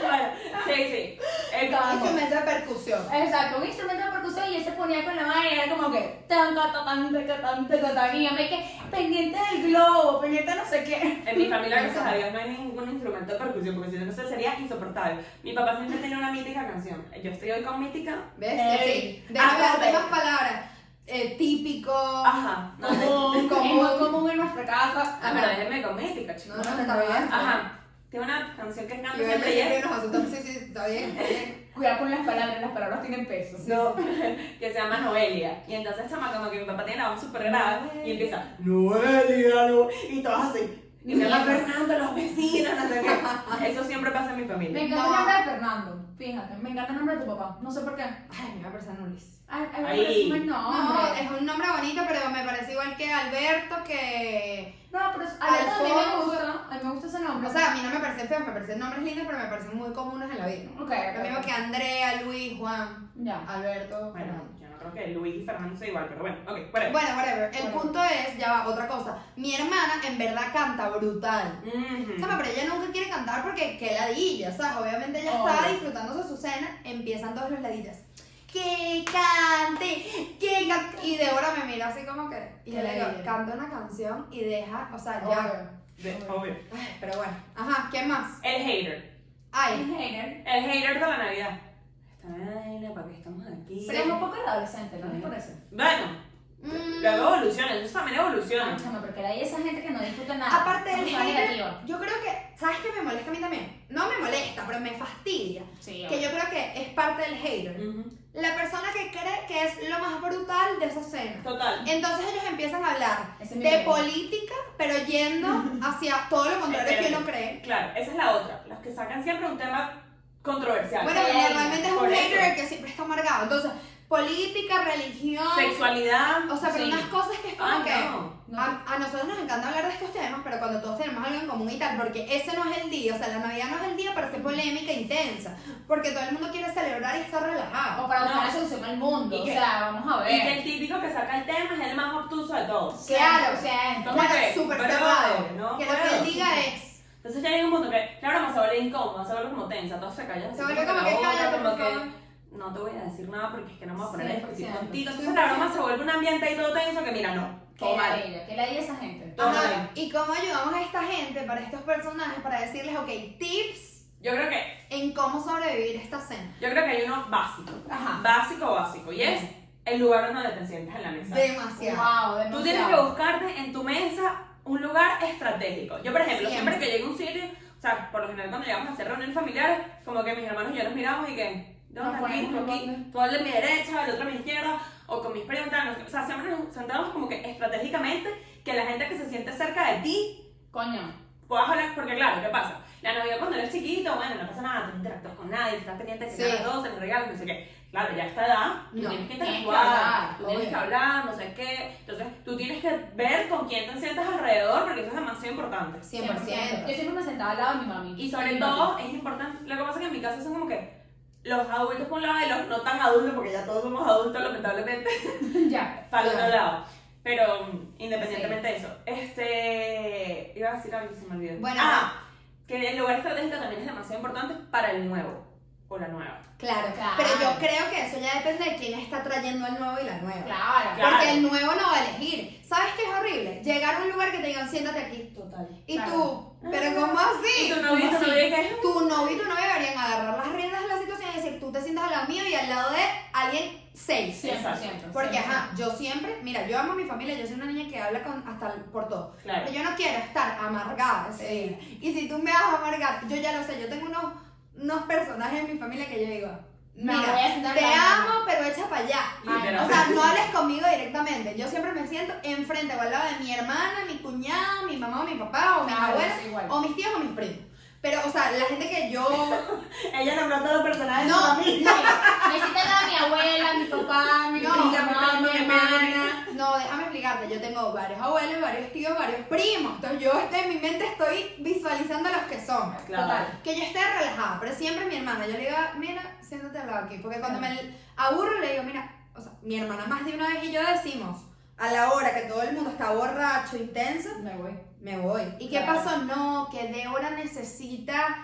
S3: Bueno, sí, sí. El
S1: Un
S3: tambor.
S1: instrumento de percusión.
S2: Exacto, un instrumento de percusión y él se ponía con la mano y era como que tan, tan, tan, tan, tan, tan, tan, y a mí que pendiente del globo, pendiente de no sé qué.
S3: En mi familia, gracias a Dios, no hay ningún instrumento de percusión, porque si no, eso sería insoportable. Mi papá siempre tenía una mítica canción. Yo estoy hoy con mítica.
S1: ¿Ves?
S2: Ey.
S1: Sí. Déjame
S3: Ah,
S1: darte
S3: ok.
S1: más palabras. Eh, típico.
S3: Ajá. No, sé.
S2: Común,
S1: común.
S2: es muy común en nuestra casa.
S3: Ah, pero déjenme con mítica,
S1: No,
S3: chicos.
S1: no, está bien.
S3: Ajá. Tiene una canción que canta
S1: Yo voy a
S3: siempre y
S1: decir
S3: es.
S1: que nos asustamos. Sí, sí, está bien. está bien.
S2: Cuidado con las palabras, las palabras tienen peso. ¿sí?
S3: No, que se llama Noelia. Y entonces chama como que mi papá tiene la voz súper grave y empieza Noelia, no. Y todas así. Y se llama Fernando, los vecinos, no sé qué. Eso siempre pasa en mi
S2: Me
S3: familia.
S2: encanta
S1: No.
S2: el nombre de Fernando, fíjate, me encanta el nombre de tu papá, no sé por qué.
S1: Ay, me va a pasar un lis.
S2: Ay, ay, me
S3: Ahí.
S2: parece un buen
S1: No,
S2: nombre.
S1: es un nombre bonito, pero me parece igual que Alberto, que...
S2: No, pero es- a mí también me
S1: Alfonso.
S2: gusta, a mí me gusta ese nombre.
S1: O sea, a mí no me parecen feos, me parecen nombres lindos, pero me parecen muy comunes en la vida.
S2: ok,
S1: Lo mismo
S2: ok.
S1: que Andrea, Luis, Juan,
S2: Ya.
S1: Alberto,
S3: Bueno,
S1: Fernando.
S3: yo no creo que Luis y Fernando sea igual, pero bueno, ok, bueno.
S1: Bueno, whatever. El
S2: Bueno.
S1: punto es, ya va, otra cosa. Mi hermana en verdad canta brutal.
S3: Ujú.
S1: Chama, pero ella nunca quiere cantar porque qué ladilla, o sea, obviamente ella está
S2: Obvio.
S1: disfrutándose su cena, empiezan todos los ladillas. Que cante, que cante. Y Débora me mira así como que. Y yo
S2: Qué
S1: le digo,
S2: ladilla.
S1: canta una canción y deja, o sea, ya.
S2: Ya.
S3: De- obvio.
S1: Ay, pero bueno. Ajá, ¿qué más?
S3: El hater.
S1: Ay,
S2: Un hater.
S3: El hater de la Navidad. Esta vaina, ¿para qué estamos aquí?
S2: Pero es un poco de adolescente, ¿no? Es por eso.
S3: Bueno,
S1: mm,
S3: luego evoluciona, eso también
S2: Ah,
S3: evoluciona.
S2: chama, porque hay esa gente que no disfruta nada.
S1: aparte del
S2: Cosa
S1: hater,
S2: negativa.
S1: yo creo que, ¿sabes qué me molesta a mí también? No me molesta, pero me fastidia.
S2: Sí,
S1: Que yo creo que es parte del hater.
S3: Ujú.
S1: La persona que cree que es lo más brutal de esa cena.
S3: Total.
S1: Entonces ellos empiezan a hablar
S2: Ese es mi
S1: de
S2: problema.
S1: política, pero yendo hacia todo lo contrario que uno cree.
S3: Claro, esa es la otra. Los que sacan siempre un tema controversial.
S1: Bueno,
S2: Ay,
S1: normalmente es un
S3: por eso.
S1: hater el que siempre está amargado. Entonces, política, religión,
S3: Sexualidad.
S1: o sea, pero
S2: sí.
S1: unas cosas que es como
S3: Ah,
S1: que...
S3: no.
S2: No.
S1: A, a nosotros nos encanta hablar de estos temas, pero cuando todos tenemos algo en común y tal, porque ese no es el día, o sea, la Navidad no es el día para hacer polémica intensa, porque todo el mundo quiere celebrar y estar relajado.
S2: O para buscar
S3: No.
S2: la solución al mundo.
S3: Y
S2: O
S3: que-
S2: sea, vamos a
S3: Y que
S2: ver.
S3: el típico que saca el tema es el más obtuso de todos.
S1: Claro.
S2: O sea,
S3: No,
S1: Claro,
S3: que-
S1: súper
S3: pero,
S1: cerrado.
S3: no
S1: que lo que
S3: puedo.
S1: él diga es,
S3: Entonces ya llega un punto que la broma se vuelve incómoda, se vuelve como tensa, todos se callan. así
S1: Se vuelve como
S3: la
S1: que
S3: boca,
S1: calla,
S3: como
S1: por
S3: que,
S1: favor.
S3: No te voy a decir nada porque es que no me voy a poner a discutir
S2: 100%.
S3: contigo. Entonces la broma se vuelve un ambiente ahí todo tenso que mira, no, todo mal.
S2: ella, que la di a esa gente.
S3: Todo
S1: Ajá,
S3: bien.
S1: ¿Y cómo ayudamos a esta gente para estos personajes para decirles, ok, tips
S3: Yo creo que,
S1: en cómo sobrevivir esta cena?
S3: yo creo que hay uno básico.
S2: Ajá.
S3: Básico, básico. Y es el lugar donde te sientas en la mesa.
S1: Demasiado.
S2: Wow,
S3: Tú tienes que buscarte en tu mesa un lugar estratégico. Yo, por ejemplo, siempre,
S1: Siempre.
S3: que llego a un sitio, o sea, por lo general cuando llegamos a hacer reuniones familiares, como que mis hermanos y yo nos miramos y que,
S2: Nos
S3: ¿dónde aquí?
S2: ponemos
S3: ¿Tú
S2: en
S3: aquí?
S2: orden.
S3: Tú al de mi derecha, el otro a mi izquierda, o con mis primas, tal, no sé. o sea, siempre nos sentamos como que estratégicamente que la gente que se siente cerca de ti
S2: Coño.
S3: puedas Pues hablar, porque claro, ¿qué pasa? La novia cuando eres chiquito, bueno, no pasa nada, tú no interactúas con nadie, estás pendiente de si
S1: Sí.
S3: te dos, los regalos, no sé qué. Claro, ya a esta edad, tú
S1: No,
S3: tienes que
S2: tienes que
S3: interactuar,
S2: hablar,
S3: tú tienes que
S2: obvio.
S3: hablar, no sé qué. Entonces, tú tienes que ver con quién te sientas alrededor, porque eso es demasiado importante.
S1: 100%.
S2: Yo siempre me sentaba al lado de mi mami.
S3: Y sobre
S2: Mi
S3: todo,
S2: papi.
S3: es importante, lo que pasa es que en mi casa son como que los adultos por un lado y los no tan adultos, porque ya todos somos adultos, lamentablemente,
S2: ya.
S3: para el otro
S1: Claro.
S3: lado. Pero um, independientemente de eso, este. Iba a decir algo y se me olvidó.
S1: Bueno.
S3: ah, que el lugar estratégico también es demasiado importante para el nuevo o la nueva.
S1: Claro,
S2: Claro.
S1: Pero yo creo que eso ya depende de quién está trayendo al nuevo y la nueva.
S2: Claro.
S3: Claro.
S1: Porque el nuevo no va a elegir. ¿Sabes qué es horrible? Llegar a un lugar que te digan, siéntate aquí.
S3: Total.
S1: Y
S2: Claro.
S1: tú, ¿pero cómo así?
S3: Ah,
S1: Pues
S3: Y tu novio, tu
S2: así?
S3: novio, ¿qué?
S1: Tu novio y tu novia deberían agarrar las riendas de la situación y decir, tú te sientas al lado mío y al lado de alguien seis.
S2: 100%.
S1: Porque,
S2: 100%.
S1: ajá, yo siempre, mira, yo amo a mi familia, yo soy una niña que habla con, hasta el- por todo.
S3: Claro.
S1: Pero yo no quiero estar amargada ese día. Y si tú me vas a amargar, yo ya lo sé, yo tengo unos, unos personajes en mi familia que yo digo,
S2: Me
S1: mira,
S2: voy a sentar
S1: te
S2: al lado de mi
S1: amo, pero echa para allá.
S2: Ay,
S1: O sea, no hables conmigo directamente. Yo siempre me siento enfrente o al lado de mi hermana, mi cuñado, mi mamá o mi papá, o mis
S2: Claro,
S1: abuelas,
S2: es igual.
S1: o mis tíos o mis primos. Pero, o sea, la gente que yo
S3: Ella nombró a todos los personajes.
S1: No,
S3: de su familia.
S2: Me sienta a mi abuela, mi papá, mi
S1: No,
S2: prima,
S3: mi
S2: mi
S3: prima, mi
S2: hermana.
S1: No, déjame explicarte, yo tengo varios abuelos, varios tíos, varios primos. Entonces yo este, en mi mente estoy visualizando los que son.
S3: Claro.
S1: Que yo esté relajada, pero siempre mi hermana, yo le digo, mira, siéntate al lado aquí. Porque cuando me aburro le digo, mira, o sea, mi hermana más de una vez y yo decimos, a la hora que todo el mundo está borracho, intenso,
S2: Me voy.
S1: me voy. ¿Y qué
S2: Claro.
S1: pasó? No, que de hora necesita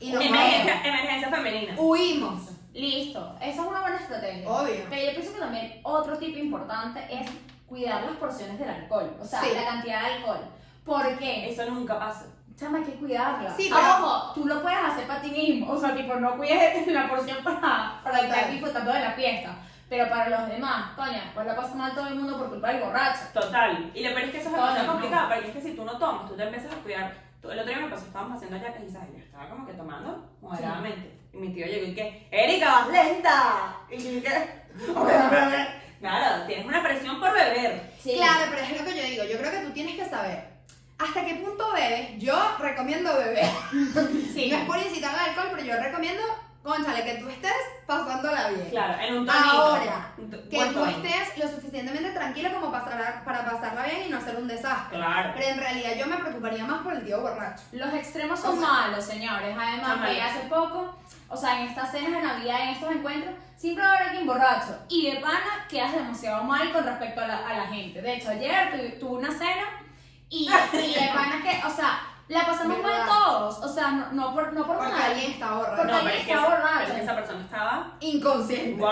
S1: y nos vamos.
S3: Emergencia, emergencia femenina.
S1: Huimos,
S2: Listo. Esa es una buena estrategia.
S1: obvio.
S2: Pero yo pienso que también otro tip importante es cuidar las porciones del alcohol. O sea,
S1: Sí.
S2: la cantidad de alcohol. ¿Por qué?
S3: Eso nunca pasa.
S2: Chama, hay que cuidarla.
S1: Sí,
S2: Ah,
S1: pero-
S2: Ojo, tú lo puedes hacer para ti mismo. O sea, tipo, no cuides la porción para, para estar
S1: Total.
S2: disfrutando de la fiesta. Pero para los demás, coña, pues la pasa mal todo el mundo por culpa del borracho.
S3: Total. Y lo peor es que eso es
S2: Total,
S3: demasiado
S2: no.
S3: complicado, porque es que si tú no tomas, tú te empiezas a cuidar. Tú- el otro día me pasó, estábamos haciendo ya que quizás yo estaba como que tomando moderadamente. Y mi tío llegó y que, Erika, vas lenta. Y yo que, "Ok, ok, ok". Claro, tienes una presión por beber.
S2: Sí.
S1: Claro, pero es lo que yo digo. Yo creo que tú tienes que saber hasta qué punto bebes. Yo recomiendo beber.
S2: Sí.
S1: No es por incitar al alcohol, pero yo recomiendo, conchale, que tú estés pasándola bien.
S3: Claro, en un tonito.
S1: Ahora,
S3: Un t-
S1: que
S3: buen
S1: tú
S3: tono.
S1: estés lo suficientemente tranquilo como pasará- para pasarla bien y no hacer un desastre.
S3: Claro.
S1: Pero en realidad yo me preocuparía más por el tío borracho.
S2: Los extremos son malos, señores. Además,
S3: Son
S2: que
S3: malos.
S2: hace poco, o sea, en estas cenas de Navidad, en estos encuentros, siempre va a haber alguien borracho. Y de pana quedas demasiado mal con respecto a la, a la gente. De hecho, ayer tu- tuve una cena y, y de pana que, o sea, la pasamos
S1: ¿Verdad?
S2: mal todos. O sea, no, no por, no por
S1: Porque
S2: nadie.
S1: alguien está
S2: Porque
S1: borracho.
S3: No,
S2: alguien
S3: pero es
S2: está
S3: que esa-
S2: borracho.
S3: pero es que esa persona estaba.
S1: Inconsciente.
S3: ¡Wow!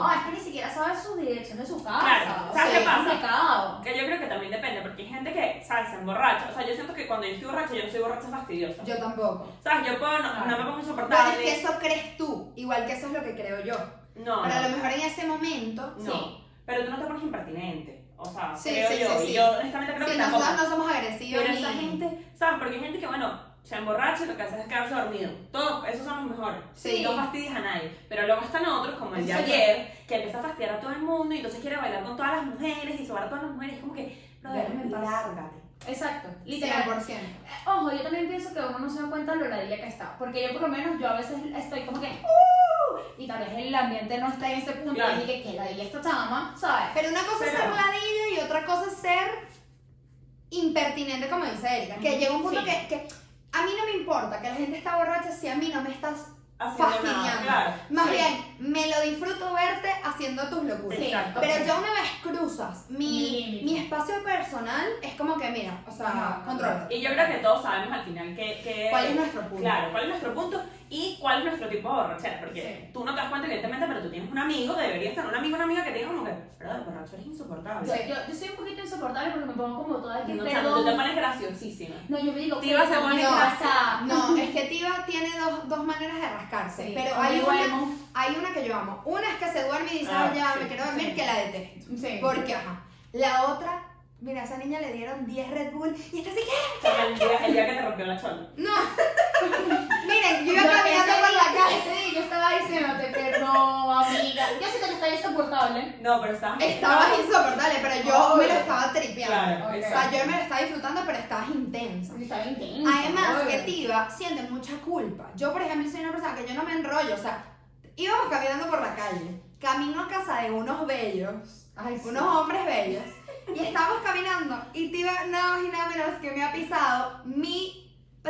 S2: No, es que ni siquiera sabe sus direcciones de su casa.
S3: Claro,
S2: O sea,
S3: ¿sabes qué
S2: es un
S3: pasa?
S2: pecado.
S3: Que yo creo que también depende, porque hay gente que, ¿sabes? Se emborracha. O sea, yo siento que cuando yo estoy borracha, yo no soy borracha fastidiosa.
S1: Yo tampoco.
S3: ¿Sabes? Yo puedo, no, no me pongo
S1: Pero es
S3: insoportable.
S1: que eso crees tú, igual que eso es lo que creo yo.
S3: No.
S1: Pero
S3: no.
S1: a lo mejor en ese momento,
S3: No,
S2: Sí.
S3: pero tú no te pones impertinente. O sea,
S1: Sí,
S3: creo
S1: sí,
S3: yo.
S1: sí,
S3: y
S1: sí.
S3: yo honestamente creo
S1: si
S3: que
S1: nosotros
S3: tampoco.
S1: no somos agresivos
S3: pero
S1: ni-
S3: esa gente, ¿sabes? Porque hay gente que, bueno, se emborracha y lo que hace es quedarse dormido. Todos, esos son los mejores.
S1: Sí.
S3: No fastidies a nadie. Pero luego están otros, como el de
S2: Sí.
S3: ayer, que empieza a fastidiar a todo el mundo y entonces quiere bailar con todas las mujeres y sobar a todas las mujeres. Es como que, no, déjame en paz. Lárgate.
S2: Exacto, literal.
S1: 100%.
S2: Ojo, yo también pienso que uno no se da cuenta de lo ladilla que está. Porque yo, por lo menos, yo a veces estoy como que. "Uh", Y tal vez el ambiente no está en ese punto.
S3: Claro.
S2: Y dije que ladilla esta chama, ¿sabes?
S1: Pero una cosa es
S3: Pero-
S1: ser ladilla y otra cosa es ser impertinente, como dice Erika. Que
S2: Ujú,
S1: llega un punto
S2: sí.
S1: que, que a mí no me importa que la gente está borracha si a mí no me estás
S3: haciendo nada.
S1: Fastidiando.
S3: Claro.
S1: Más
S3: Sí.
S1: bien, me lo disfruto verte haciendo tus locuras.
S2: Sí,
S3: Exacto.
S1: Pero ya una vez cruzas mi,
S2: Mi-
S1: mi espacio personal, es como que, mira, o sea,
S2: No.
S1: control.
S3: Y yo creo que todos sabemos al final que, que-
S1: ¿Cuál es nuestro punto?
S3: Claro, cuál es nuestro punto y cuál es nuestro tipo de borrachera. Porque tú no te das cuenta, evidentemente, pero tú tienes un amigo, deberías tener un amigo una amiga que te diga como que, pero de borracho eres insoportable.
S2: Yo, yo, yo soy un poquito insoportable porque me pongo como toda que
S3: No, o sea, tú te
S2: perdón.
S3: pones graciosísima.
S2: No, yo me digo,
S3: Te ibas a
S2: perdón,
S3: poner
S2: ¿qué
S1: grasa.
S2: pasa?
S1: No, es que Tiva tiene dos, dos maneras de rascarse,
S2: Sí,
S1: pero
S2: o me
S1: hay una,
S2: duermo.
S1: hay una que yo amo. Una es que se duerme y dice,
S3: Ah,
S1: "Ah, ya,
S3: sí,
S1: me quiero dormir,
S2: sí.
S1: que la detesto.
S2: Sí.
S1: Porque, ajá. La otra, mira, a esa niña le dieron 10 Red Bull y esta sí que...
S3: O sea, el, día, el día que te rompió la chola.
S1: No. Miren, yo iba caminando
S2: ese
S1: por la
S2: día-
S1: calle.
S2: ese día yo estaba diciéndote que no, amiga. Yo siento que estaba insoportable.
S3: No, pero estabas.
S1: Estabas insoportable, pero yo me lo
S2: Obvio.
S1: estaba tripeando.
S3: Claro,
S2: Ok.
S1: O sea, yo me lo estaba disfrutando, pero estabas intensa.
S2: Estaba intenso.
S1: Además,
S2: obvio.
S1: que Tiva siente mucha culpa. Yo, por ejemplo, soy una persona que yo no me enrollo. O sea, íbamos caminando por la calle, camino a casa de unos bellos,
S2: Ay, sí.
S1: unos hombres bellos, y estábamos caminando. Y Tiva, nada más y nada menos que me ha pisado mi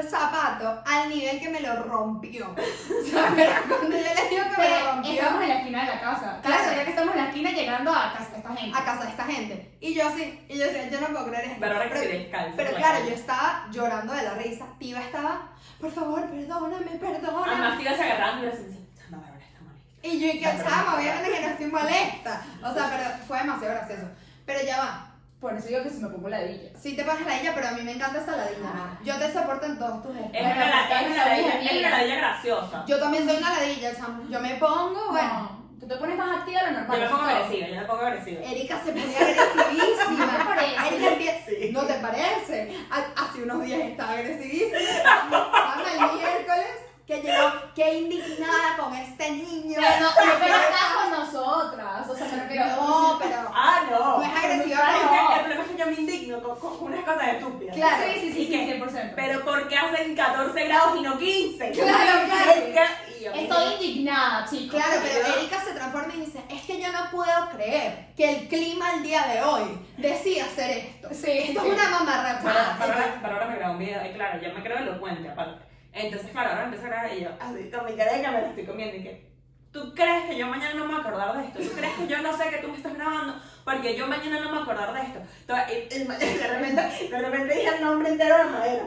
S1: zapato al nivel que me lo rompió. O sea, pero cuando yo le digo que me lo
S2: Pero
S1: rompió
S2: Eh, estamos en la esquina de la casa.
S1: Claro.
S2: Claro, ya que estamos en la esquina llegando a casa de esta gente.
S1: a casa de esta gente, y yo así, y yo decía, yo no puedo creer esto.
S3: Pero ahora que
S1: Pero-
S3: se descalza. pues.
S1: Pero
S3: por la
S1: claro, yo
S3: calle.
S1: estaba llorando de la risa. Tiva estaba, por favor, perdóname, perdóname.
S3: Además, te ibas agarrando y le decías, "Chama, Bárbara, está molesta".
S1: Y yo, y que chama, obviamente que no estoy molesta. O sea, pero fue demasiado gracioso. Pero ya va,
S2: Por eso digo que se me pongo ladilla.
S1: sí te pones ladilla, pero a mí me encanta esa ladilla. Yo te soporto en todos tus
S3: Es
S1: espacios.
S2: Bueno,
S3: una la- es
S2: pues,
S3: una
S2: sabes,
S3: ladilla- es
S2: amiga.
S3: una ladilla graciosa.
S1: Yo también soy una ladilla, chamo. Yo me
S2: Ah.
S1: pongo, bueno.
S2: No, tú te pones más activa de lo
S3: Yo
S2: normal.
S3: me pongo
S2: Todo.
S3: agresiva, yo me pongo agresiva.
S1: Erika se ponía agresivísima.
S2: ¿No te parece?
S1: Erika empieza-
S3: Sí.
S1: ¿No te parece? Ha- Hace unos días estaba agresivísima. Cuando el miércoles que llegó, qué indignada con este niño.
S2: Pero no, no, pero estás con nosotras. O sea, me refiero
S1: No, pero
S3: Ah, no.
S1: no es agresiva,
S3: Ay,
S1: pero-
S3: que- El problema es que yo me indigno con, con unas cosas estúpidas.
S1: Claro.
S2: Sí, sí,
S3: ¿Y
S2: sí, sí,
S3: qué?
S2: 100%.
S3: Pero ¿por qué hacen 14 grados y no 15?
S1: Claro, claro.
S3: Es que- y yo,
S2: Estoy indignada, chicos.
S1: Claro, pero Erika se transforma y dice, es que yo no puedo creer que el clima el día de hoy decida hacer esto.
S2: Sí.
S1: Esto es una
S3: Para, para,
S1: mamarrachada.
S3: ahora- para ahora me grabó un video, y claro, yo me creo elocuente aparte. Entonces, claro, ahora empiezo a grabar y yo, así, con mi cara de que me la estoy comiendo y que, ¿tú crees que yo mañana no me voy a acordar de esto? ¿Tú crees que yo no sé que tú me estás grabando? Porque yo mañana no me voy a acordar de esto. Entonces, y- y ma- de repente, de repente dije el nombre entero de Madera.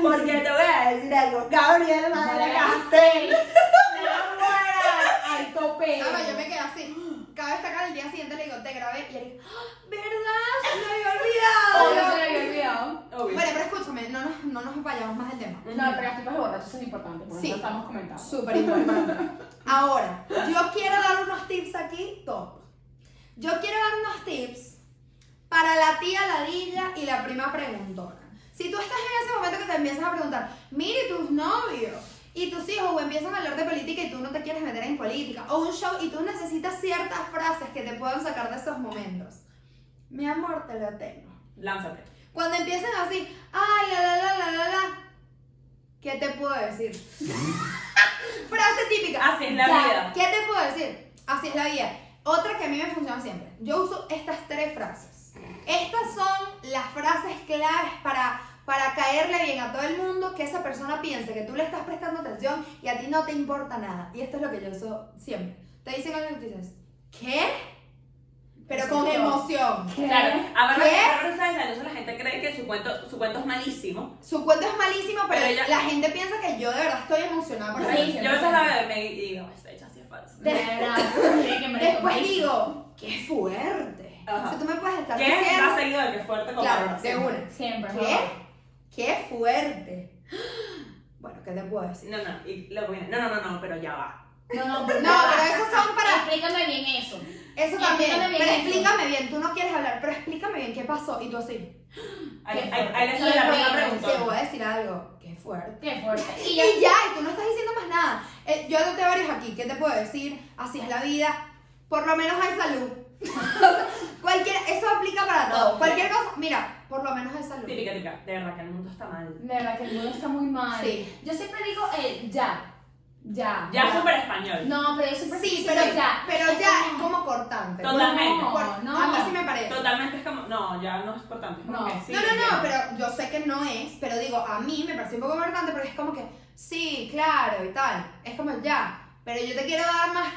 S3: Porque te voy a decir algo, Gabriel Madera Castel.
S2: Al tope.
S1: Chama, yo Ah, me quedé así. "Mm, Cabe destacar el día siguiente le digo, te grabé y Erika, "Ah, ¿verdad? Se me había
S2: Ay, Oh, no
S1: olvidado.
S2: se me había olvidado.
S3: Obvio.
S1: Bueno, pero escúchame, no nos, no nos vayamos más del tema.
S2: No, pero las tipas de borrachos son importantes, por
S1: Sí.
S2: eso estamos comentando.
S1: Súper importante. Ahora, yo quiero dar unos tips aquí, top. Yo quiero dar unos tips para la tía ladilla y la prima preguntona. Si tú estás en ese momento que te empiezas a preguntar, mire tus novios y tus hijos, o empiezan a hablar de política y tú no te quieres meter en política, o un show y tú necesitas ciertas frases que te puedan sacar de esos momentos. Mi amor, te lo tengo.
S3: Lánzate.
S1: Cuando empiezan así, ay, la, la, la, la, la, la, ¿qué te puedo decir? Frase típica.
S3: Así es la
S1: Ya,
S3: vida.
S1: ¿Qué te puedo decir? Así es la vida. Otra que a mí me funciona siempre. Yo uso estas tres frases. Estas son las frases claves para, para caerle bien a todo el mundo, que esa persona piense que tú le estás prestando atención y a ti no te importa nada. Y esto es lo que yo uso siempre. Te dicen algo y tú dices, ¿qué? Pero con
S2: Sí, yo.
S1: emoción.
S3: Claro, a ver,
S1: ¿Qué?
S3: la verdad es que entonces la gente cree que su cuento, su cuento es malísimo.
S1: Su cuento es malísimo, pero,
S3: Pero ella-
S1: la gente piensa que yo de verdad estoy emocionada por
S3: Yo
S1: la
S2: Sí.
S1: relación.
S3: a veces la veo y me y digo, esta hecha así es falsa.
S1: De- Después
S2: Después
S1: digo, qué fuerte.
S3: Ajá.
S1: O sea, tú me puedes estar
S3: ¿Qué?
S1: diciendo.
S3: Más seguido del que fuerte como
S1: Claro,
S3: ahora, sí.
S1: de una.
S2: Siempre.
S1: ¿Qué? Qué fuerte. Bueno, ¿qué te puedo decir?
S3: No, no, y luego viene, no, no, no, no, pero ya va.
S2: No, no, no,
S1: No, pero esos son para.
S2: Explícame bien eso.
S1: Eso
S2: Y
S1: también.
S2: explícame bien
S1: Pero
S2: eso.
S1: explícame bien. Tú no quieres hablar, pero explícame bien qué pasó. Y tú así.
S3: Ahí
S1: Qué
S3: ahí- ahí le
S2: fuerte.
S3: sale la
S2: Y
S3: primera
S2: luego
S1: Te voy
S3: pregunta.
S1: a decir algo. Qué fuerte.
S2: Qué fuerte.
S1: Y
S2: Y
S1: ya,
S2: ya.
S1: y tú no estás diciendo más nada. Eh, yo te varios aquí, ¿qué te puedo decir? Así es la vida. Por lo menos hay salud. Cualquier, eso aplica para
S3: No,
S1: todo.
S3: sí.
S1: Cualquier cosa, mira, por lo menos hay salud.
S3: Típica, típica. De verdad que el mundo está mal.
S2: De verdad que el mundo está muy mal.
S1: Sí.
S2: Yo siempre digo el eh, ya. Ya.
S3: Ya súper español.
S2: No, pero yo siempre
S1: Sí, pero ya, pero
S2: Es
S1: ya es
S2: como-
S1: como cortante.
S3: Total. Totalmente.
S2: No,
S1: Por-
S2: no.
S1: A mí sí me parece.
S3: Totalmente es como. No, ya no es importante. es como
S2: No.
S3: que sí,
S1: no, no,
S3: entiendo.
S1: no, pero yo sé que no es, pero digo, a mí me parece un poco importante porque es como que, sí, claro, y tal. Es como ya, pero yo te quiero dar más.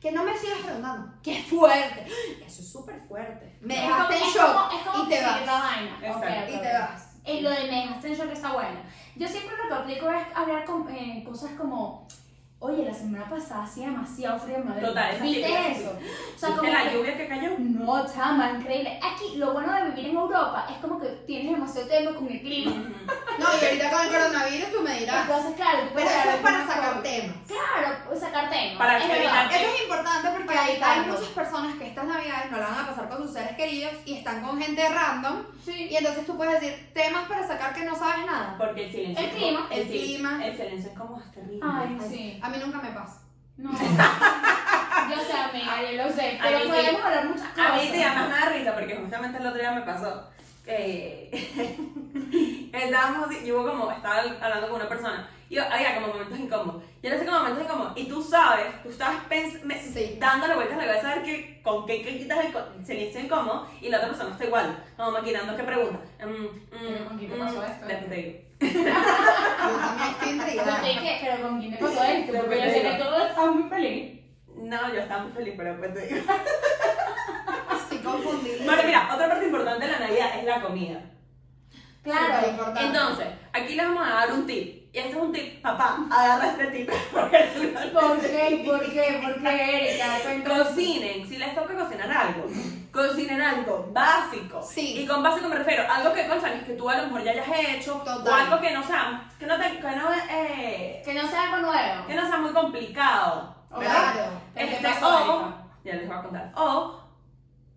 S1: Que no me sigas preguntando. ¡Qué fuerte! Eso es súper fuerte. Me
S2: Es
S1: dejaste en
S2: como- es
S1: shock
S2: como- es como
S1: y te
S2: conseguir la
S1: vas.
S2: vaina.
S3: Exacto.
S2: Ok,
S1: Y
S2: ok,
S1: te
S2: ok.
S1: vas.
S2: Eh, lo de me dejaste en shock está bueno. Yo siempre lo que aplico es hablar con eh, cosas como, oye, la semana pasada hacía demasiado frío en Madrid.
S3: Total, esa lluvia,
S2: ¿Viste eso? O sea, como
S3: ¿Viste la
S2: que-
S3: lluvia que cayó?
S2: No, chama, increíble. Aquí, lo bueno de vivir en Europa es como que tienes demasiado tema con el clima.
S1: No, y ahorita con el coronavirus tú me dirás.
S2: Entonces, claro,
S1: Pero eso es para sacar
S2: sacarte
S1: temas.
S2: Claro, sacar temas.
S3: Para
S2: es
S3: evitar-
S2: verdad.
S1: Eso es importante porque
S2: Para
S1: hay, hay
S2: evitarlo.
S1: muchas personas que estas navidades no la van a pasar con sus seres queridos y están con gente random y
S2: Sí.
S1: entonces tú puedes decir temas para sacar que no sabes nada.
S3: Porque el silencio.
S2: El
S3: es
S2: clima,
S3: como-
S1: el
S3: sil-
S1: clima.
S3: El silencio es como terrible.
S2: Ay, sí.
S1: A mí nunca me pasa.
S2: No. yo sé, amiga, yo lo sé.
S3: A
S2: Pero
S3: mí sí.
S2: podemos hablar muchas cosas.
S3: A mí sí, además me da risa porque justamente el otro día me pasó que estábamos así, yo como estaba hablando con una persona y yo- había como momentos incómodos. Yo no sé como momentos incómodos y tú sabes, tú estabas pens- me-
S1: Sí.
S3: dándole vueltas a la cabeza a ver qué- con qué qué quitas el co- silencio incómodo y la otra persona está igual, como maquinando qué pregunta. Mm, mm,
S2: ¿con quién te
S3: mm,
S2: pasó esto?
S3: después te digo.
S1: Yo también estoy
S2: Pero,
S1: intrigada.
S2: ¿qué- qué? pero con quién me pasó esto.
S3: Lo que
S2: Porque yo
S3: te
S2: sé
S3: digo.
S2: que todos estamos muy feliz.
S3: No, yo estaba muy feliz, pero después te digo.
S1: Estoy confundida.
S3: Bueno, mira, otra parte importante de la Navidad es la comida.
S1: Súper
S2: Claro.
S1: importante.
S3: Entonces, aquí les vamos a dar un tip. Y este es un tip, papá, agarra este tip porque tú no lo
S2: ¿Por qué? ¿Por qué? ¿Por qué, Erika? Cuéntame.
S3: Cocinen, si les toca cocinar algo, cocinen algo básico.
S1: Sí.
S3: Y con básico me refiero a algo que conchales que tú a lo mejor ya hayas hecho, o
S1: Total.
S3: algo que no sea, que no, te, que no, eh,
S2: Que no sea algo nuevo.
S3: que no sea muy complicado. ¿verdad?
S1: Claro.
S2: ¿Qué te
S3: Este,
S2: pasó,
S3: o,
S2: Erika?
S3: ya les voy a contar, o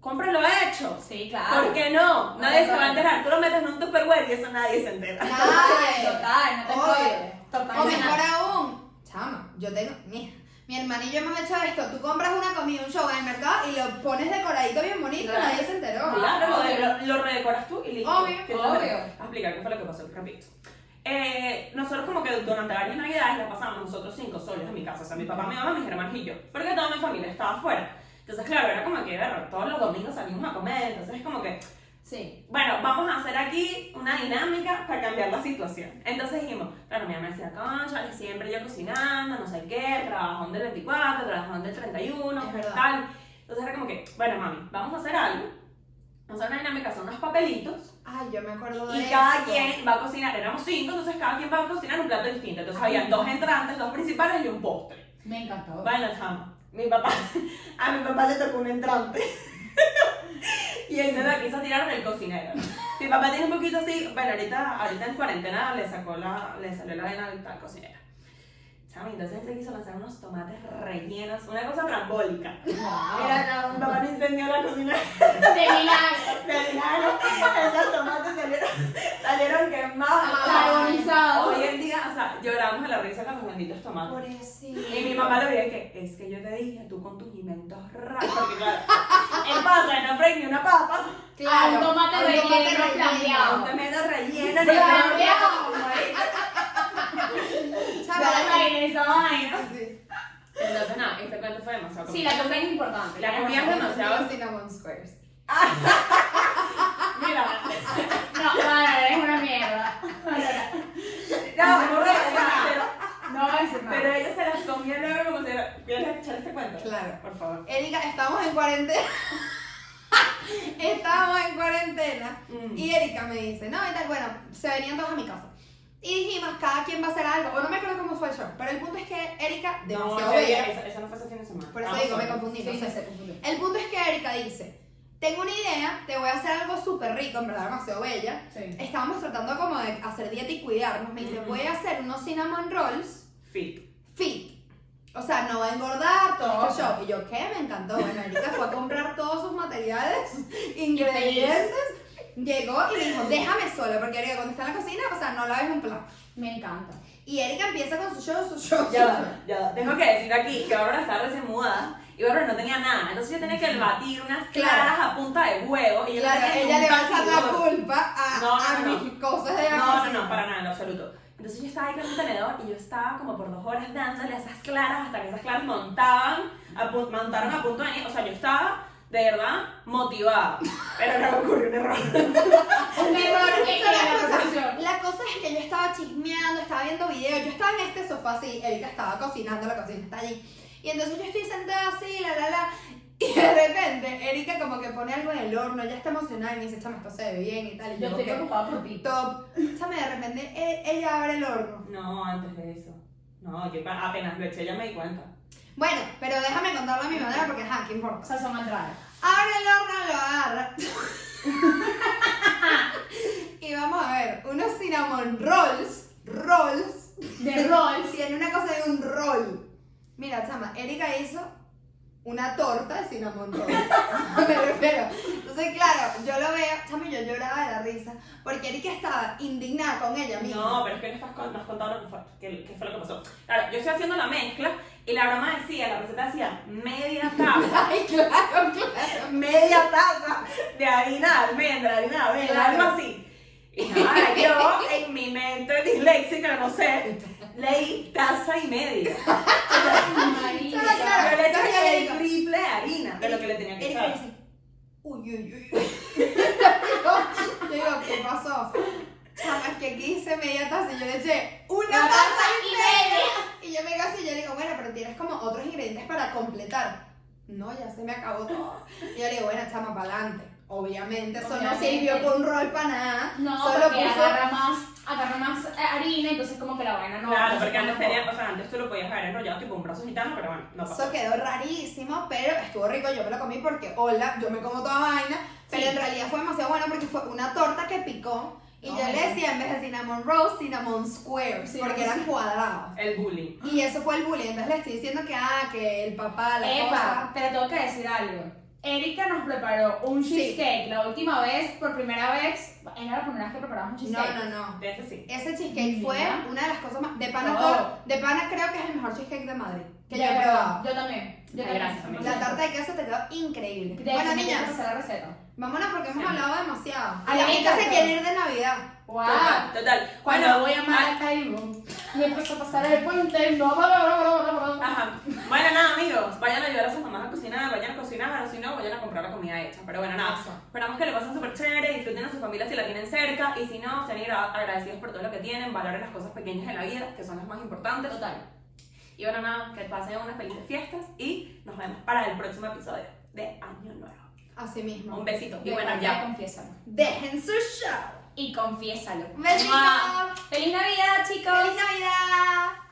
S3: cómpralo hecho.
S2: Sí,
S3: ¿Por
S2: claro.
S3: qué no? Nadie se va a
S2: Total.
S3: enterar. Tú lo metes en un tupperware y eso nadie se entera.
S1: Nada.
S2: Total, no te
S1: Obvio.
S2: jodes. Total.
S1: O mejor aún, chama, yo tengo. Mira, mi hermana y yo hemos hecho esto. Tú compras una comida, un show en el mercado y lo pones decoradito bien bonito y
S2: Claro.
S1: nadie se enteró.
S3: Claro, lo,
S2: Obvio.
S3: de- lo- lo redecoras tú y listo.
S1: Obvio,
S3: Que te-
S2: obvio.
S3: Voy a explicar qué fue lo que pasó, repito. Eh, nosotros como que durante varias navidades la pasamos nosotros cinco solos en mi casa, o sea, mi papá, mi mamá, mis hermanos y yo, porque toda mi familia estaba afuera. Entonces, claro, era como que, bueno, todos los domingos salimos a comer, entonces es como que,
S2: Sí.
S3: bueno, vamos a hacer aquí una dinámica para cambiar la situación. Entonces dijimos, claro, mi mamá decía, concha, siempre yo cocinando, no sé qué, trabajón del 24, trabajón del 31,
S1: Es verdad.
S3: tal. Entonces era como que, bueno, mami, vamos a hacer algo. Vamos a hacer una dinámica, son unos papelitos
S1: Ay, yo me acuerdo de
S3: y cada
S1: esto.
S3: quien va a cocinar, éramos cinco, entonces cada quien va a cocinar un plato distinto. Entonces había dos entrantes, dos principales y un postre.
S2: Me encantó.
S3: Bueno, chamo, mi papá, a mi papá le tocó un entrante. y él se la quiso tirar del cocinero. Mi papá tiene un poquito así, bueno, ahorita, ahorita en cuarentena le sacó la, le salió la vena al, al cocinero. Chamo, entonces él se quiso lanzar unos tomates rellenos, una cosa trambólica. Mira, chamo, mi papá le incendió la cocina.
S2: De milagro.
S3: Claro, esos tomates salieron, salieron quemados.
S2: Ah. Carbonizados.
S3: Hoy en día, o sea, lloramos a la risa con los benditos tomates.
S1: Pobrecito.
S3: Y mi mamá lo vio y que, es que yo te dije, tú con tus inventos raros, porque claro, en pasta no freí ni una papa,
S2: A un tomate
S1: a un
S2: relleno
S1: tomate relleno.
S2: flambeado.
S3: te meto rellena, ni
S2: Flambeado.
S1: Chama,
S2: Ay, esa vaina.
S1: Sí.
S3: Entonces, nada, este cuento fue demasiado
S2: Sí, la comida es importante.
S3: La comida es
S2: no.
S3: demasiado.
S1: Cinnamon Squares.
S3: Mira,
S2: No, vale, es una mierda. No,
S3: no, no, no,
S2: No va a decir nada.
S3: pero ella se las comió luego como si era. ¿Quieres escuchar este cuento?
S1: Claro.
S3: Por favor.
S1: Erika, estamos en cuarentena. estamos en cuarentena.
S3: Mm.
S1: Y Erika me dice, no, y tal, bueno, se venían todos a mi casa. Y dijimos, cada quien va a hacer algo. O no me acuerdo cómo fue el show, pero el punto es que Erika, demasiado
S3: ese día-
S1: bella.
S3: eso- Eso no fue ese fin de semana.
S1: Por eso
S3: Vamos
S1: digo, me
S3: solo.
S1: confundí. no
S2: Sí,
S1: sé.
S2: se confundió.
S1: El punto es que Erika dice, tengo una idea, te voy a hacer algo súper rico, en verdad, demasiado bella.
S2: Sí.
S1: Estábamos tratando como de hacer dieta y cuidarnos. Me dice,
S3: Ujú.
S1: voy a hacer unos cinnamon rolls.
S3: Fit.
S1: fit. O sea, no va a engordar todo el
S2: Todo.
S1: show. Y yo, ¿qué? Me encantó. Bueno, Erika fue a comprar todos sus materiales, ingredientes. Llegó y me dijo, déjame sola, porque Erika cuando está en la cocina, o sea, no la ves un plan.
S2: Me encanta.
S1: Y Erika empieza con su show, su show.
S3: Ya
S1: su
S3: va,
S1: show.
S3: ya va. Tengo que decir aquí que Bárbara estaba recién mudada y Bárbara no tenía nada. Entonces yo tenía que batir unas
S1: Claro.
S3: claras a punta de huevo y
S1: Claro,
S3: tenía
S1: ella le va a echar la
S3: batidor.
S1: culpa a,
S3: No, no,
S1: a
S3: no.
S1: mis cosas de la
S3: No, no,
S1: cocina.
S3: no, para nada, en absoluto. Entonces Entonces yo estaba ahí con un tenedor y yo estaba como por dos horas dándole a esas claras hasta que esas claras montaban, a pu- montaron a punto de venir. O sea, yo estaba de verdad motivada, pero no me ocurrió un error.
S2: Un error que
S1: Pero
S2: era la
S1: la cosa-
S2: profesión.
S1: La cosa es que yo estaba chismeando, estaba viendo videos, yo estaba en este sofá así, Erika estaba cocinando, la cocina está allí. Y entonces yo estoy sentada así, la la la, y de repente Erika como que pone algo en el horno, ya está emocionada y me dice, chama, esto se ve bien y tal. Y
S2: Yo
S1: yo,
S2: estoy
S1: como
S2: preocupada por ti.
S1: que, top. Chama, de repente e- ella abre el horno.
S3: No, antes de eso. No, yo pa- apenas lo eché ya me di cuenta.
S1: Bueno, pero déjame contarlo a mi manera porque, ajá, qué importa.
S2: Salsa Andrade.
S1: Abre el horno, lo agarra. y vamos a ver, unos cinnamon rolls, rolls,
S2: De rol.
S1: Si en una cosa de un roll. Mira, chama, Erika hizo una torta de cinnamon roll. Me refiero. Entonces, claro, yo lo veo, chama, y yo lloraba de la risa. Porque Erika estaba indignada con ella misma.
S3: No, pero es que no estás con- no has contado lo que fue, que- que fue lo que pasó. Claro, yo estoy haciendo la mezcla y la broma decía, la receta decía media taza
S1: Ay, claro, claro. Media taza.
S3: de harina de almendra, harina de avena,
S1: Claro.
S3: algo así. Y nada, yo en mi mente disléxica, no sé, leí taza y media.
S2: María.
S1: Claro, claro.
S3: Pero le
S1: entonces ya le
S3: eché
S1: digo.
S3: el triple de harina de lo que le tenía que
S1: Erika
S3: echar.
S1: dice, uy, uy, uy, uy. yo digo, ¿qué pasó? Chama, es que aquí hice media taza y yo le eché una
S2: Una
S1: taza
S2: taza
S1: y
S2: y
S1: media. Y yo me caso y yo le digo, bueno, pero tienes como otros ingredientes para completar. No, ya se me acabó todo. Y yo le digo, bueno, chama, para adelante. Obviamente, eso no
S2: Obviamente.
S1: sirvió con un rol para nada.
S2: No,
S1: solo
S2: porque
S1: puso.
S2: agarra más, agarra más eh, harina, entonces como que la vaina no.
S3: Claro,
S2: no se
S3: porque antes
S2: pone
S3: tenía, o sea, antes tú lo podías haber enrollado tipo un brazo gitano, pero bueno, no pasó.
S1: Eso quedó rarísimo, pero estuvo rico. Yo me lo comí porque, hola, yo me como toda vaina. Pero
S2: Sí.
S1: en realidad fue demasiado bueno porque fue una torta que picó. Y yo
S2: Ay.
S1: le decía en vez de cinnamon rolls, cinnamon squares,
S2: Sí,
S1: porque
S2: sí.
S1: eran cuadrados.
S3: El bullying.
S1: Y eso fue el bullying. Entonces le estoy diciendo que, ah, que el papá, la
S2: Epa,
S1: cosa.
S2: pero tengo que decir algo. Erika nos preparó un
S1: Sí.
S2: cheesecake la última vez, por primera vez. Era la primera vez que preparamos un
S1: No,
S2: cheesecake.
S1: no, no.
S3: De ese Este sí.
S1: Ese cheesecake fue
S2: Mira.
S1: una de las cosas más. De pana,
S2: Oh.
S1: todo- de pana creo que es el mejor cheesecake de Madrid que yo
S2: Ya,
S1: he probado.
S2: Yo también. Yo
S3: Ay,
S2: también.
S3: gracias, amiga.
S1: La tarta de queso te quedó increíble.
S2: De
S1: bueno,
S2: hecho, tengo que
S1: niñas,
S2: hacer la receta.
S1: vámonos porque hemos
S3: Sí.
S1: hablado demasiado.
S2: Ay,
S1: la
S2: me
S1: gente se
S2: encantó.
S1: quiere ir de Navidad.
S2: ¡Wow!
S3: Total, total.
S2: Cuando
S3: Bueno, ah,
S2: voy a Maracaibo, me empezó a pasar el puente. No, bla, bla, bla, bla, bla, bla.
S3: Ajá. Bueno, nada, amigos. Vayan a ayudar a sus mamás a cocinar, vayan a cocinar, o si no, vayan a comprar la comida hecha. Pero bueno, nada.
S2: Eso.
S3: Esperamos que le pasen súper chévere, disfruten a su familia si la tienen cerca, y si no, sean agra- agradecidos por todo lo que tienen, valoren las cosas pequeñas de la vida, que son las más importantes.
S2: Total.
S3: Y bueno, nada, que pasen unas felices fiestas, y nos vemos para el próximo episodio de Año Nuevo.
S1: Así mismo.
S3: Un besito, y
S2: De
S3: bueno,
S2: verdad,
S3: ya.
S2: Confiésalo.
S1: Dejen su show.
S2: Y confiésalo.
S1: ¡Besitos!
S2: ¡Mua! ¡Feliz Navidad, chicos!
S1: ¡Feliz Navidad!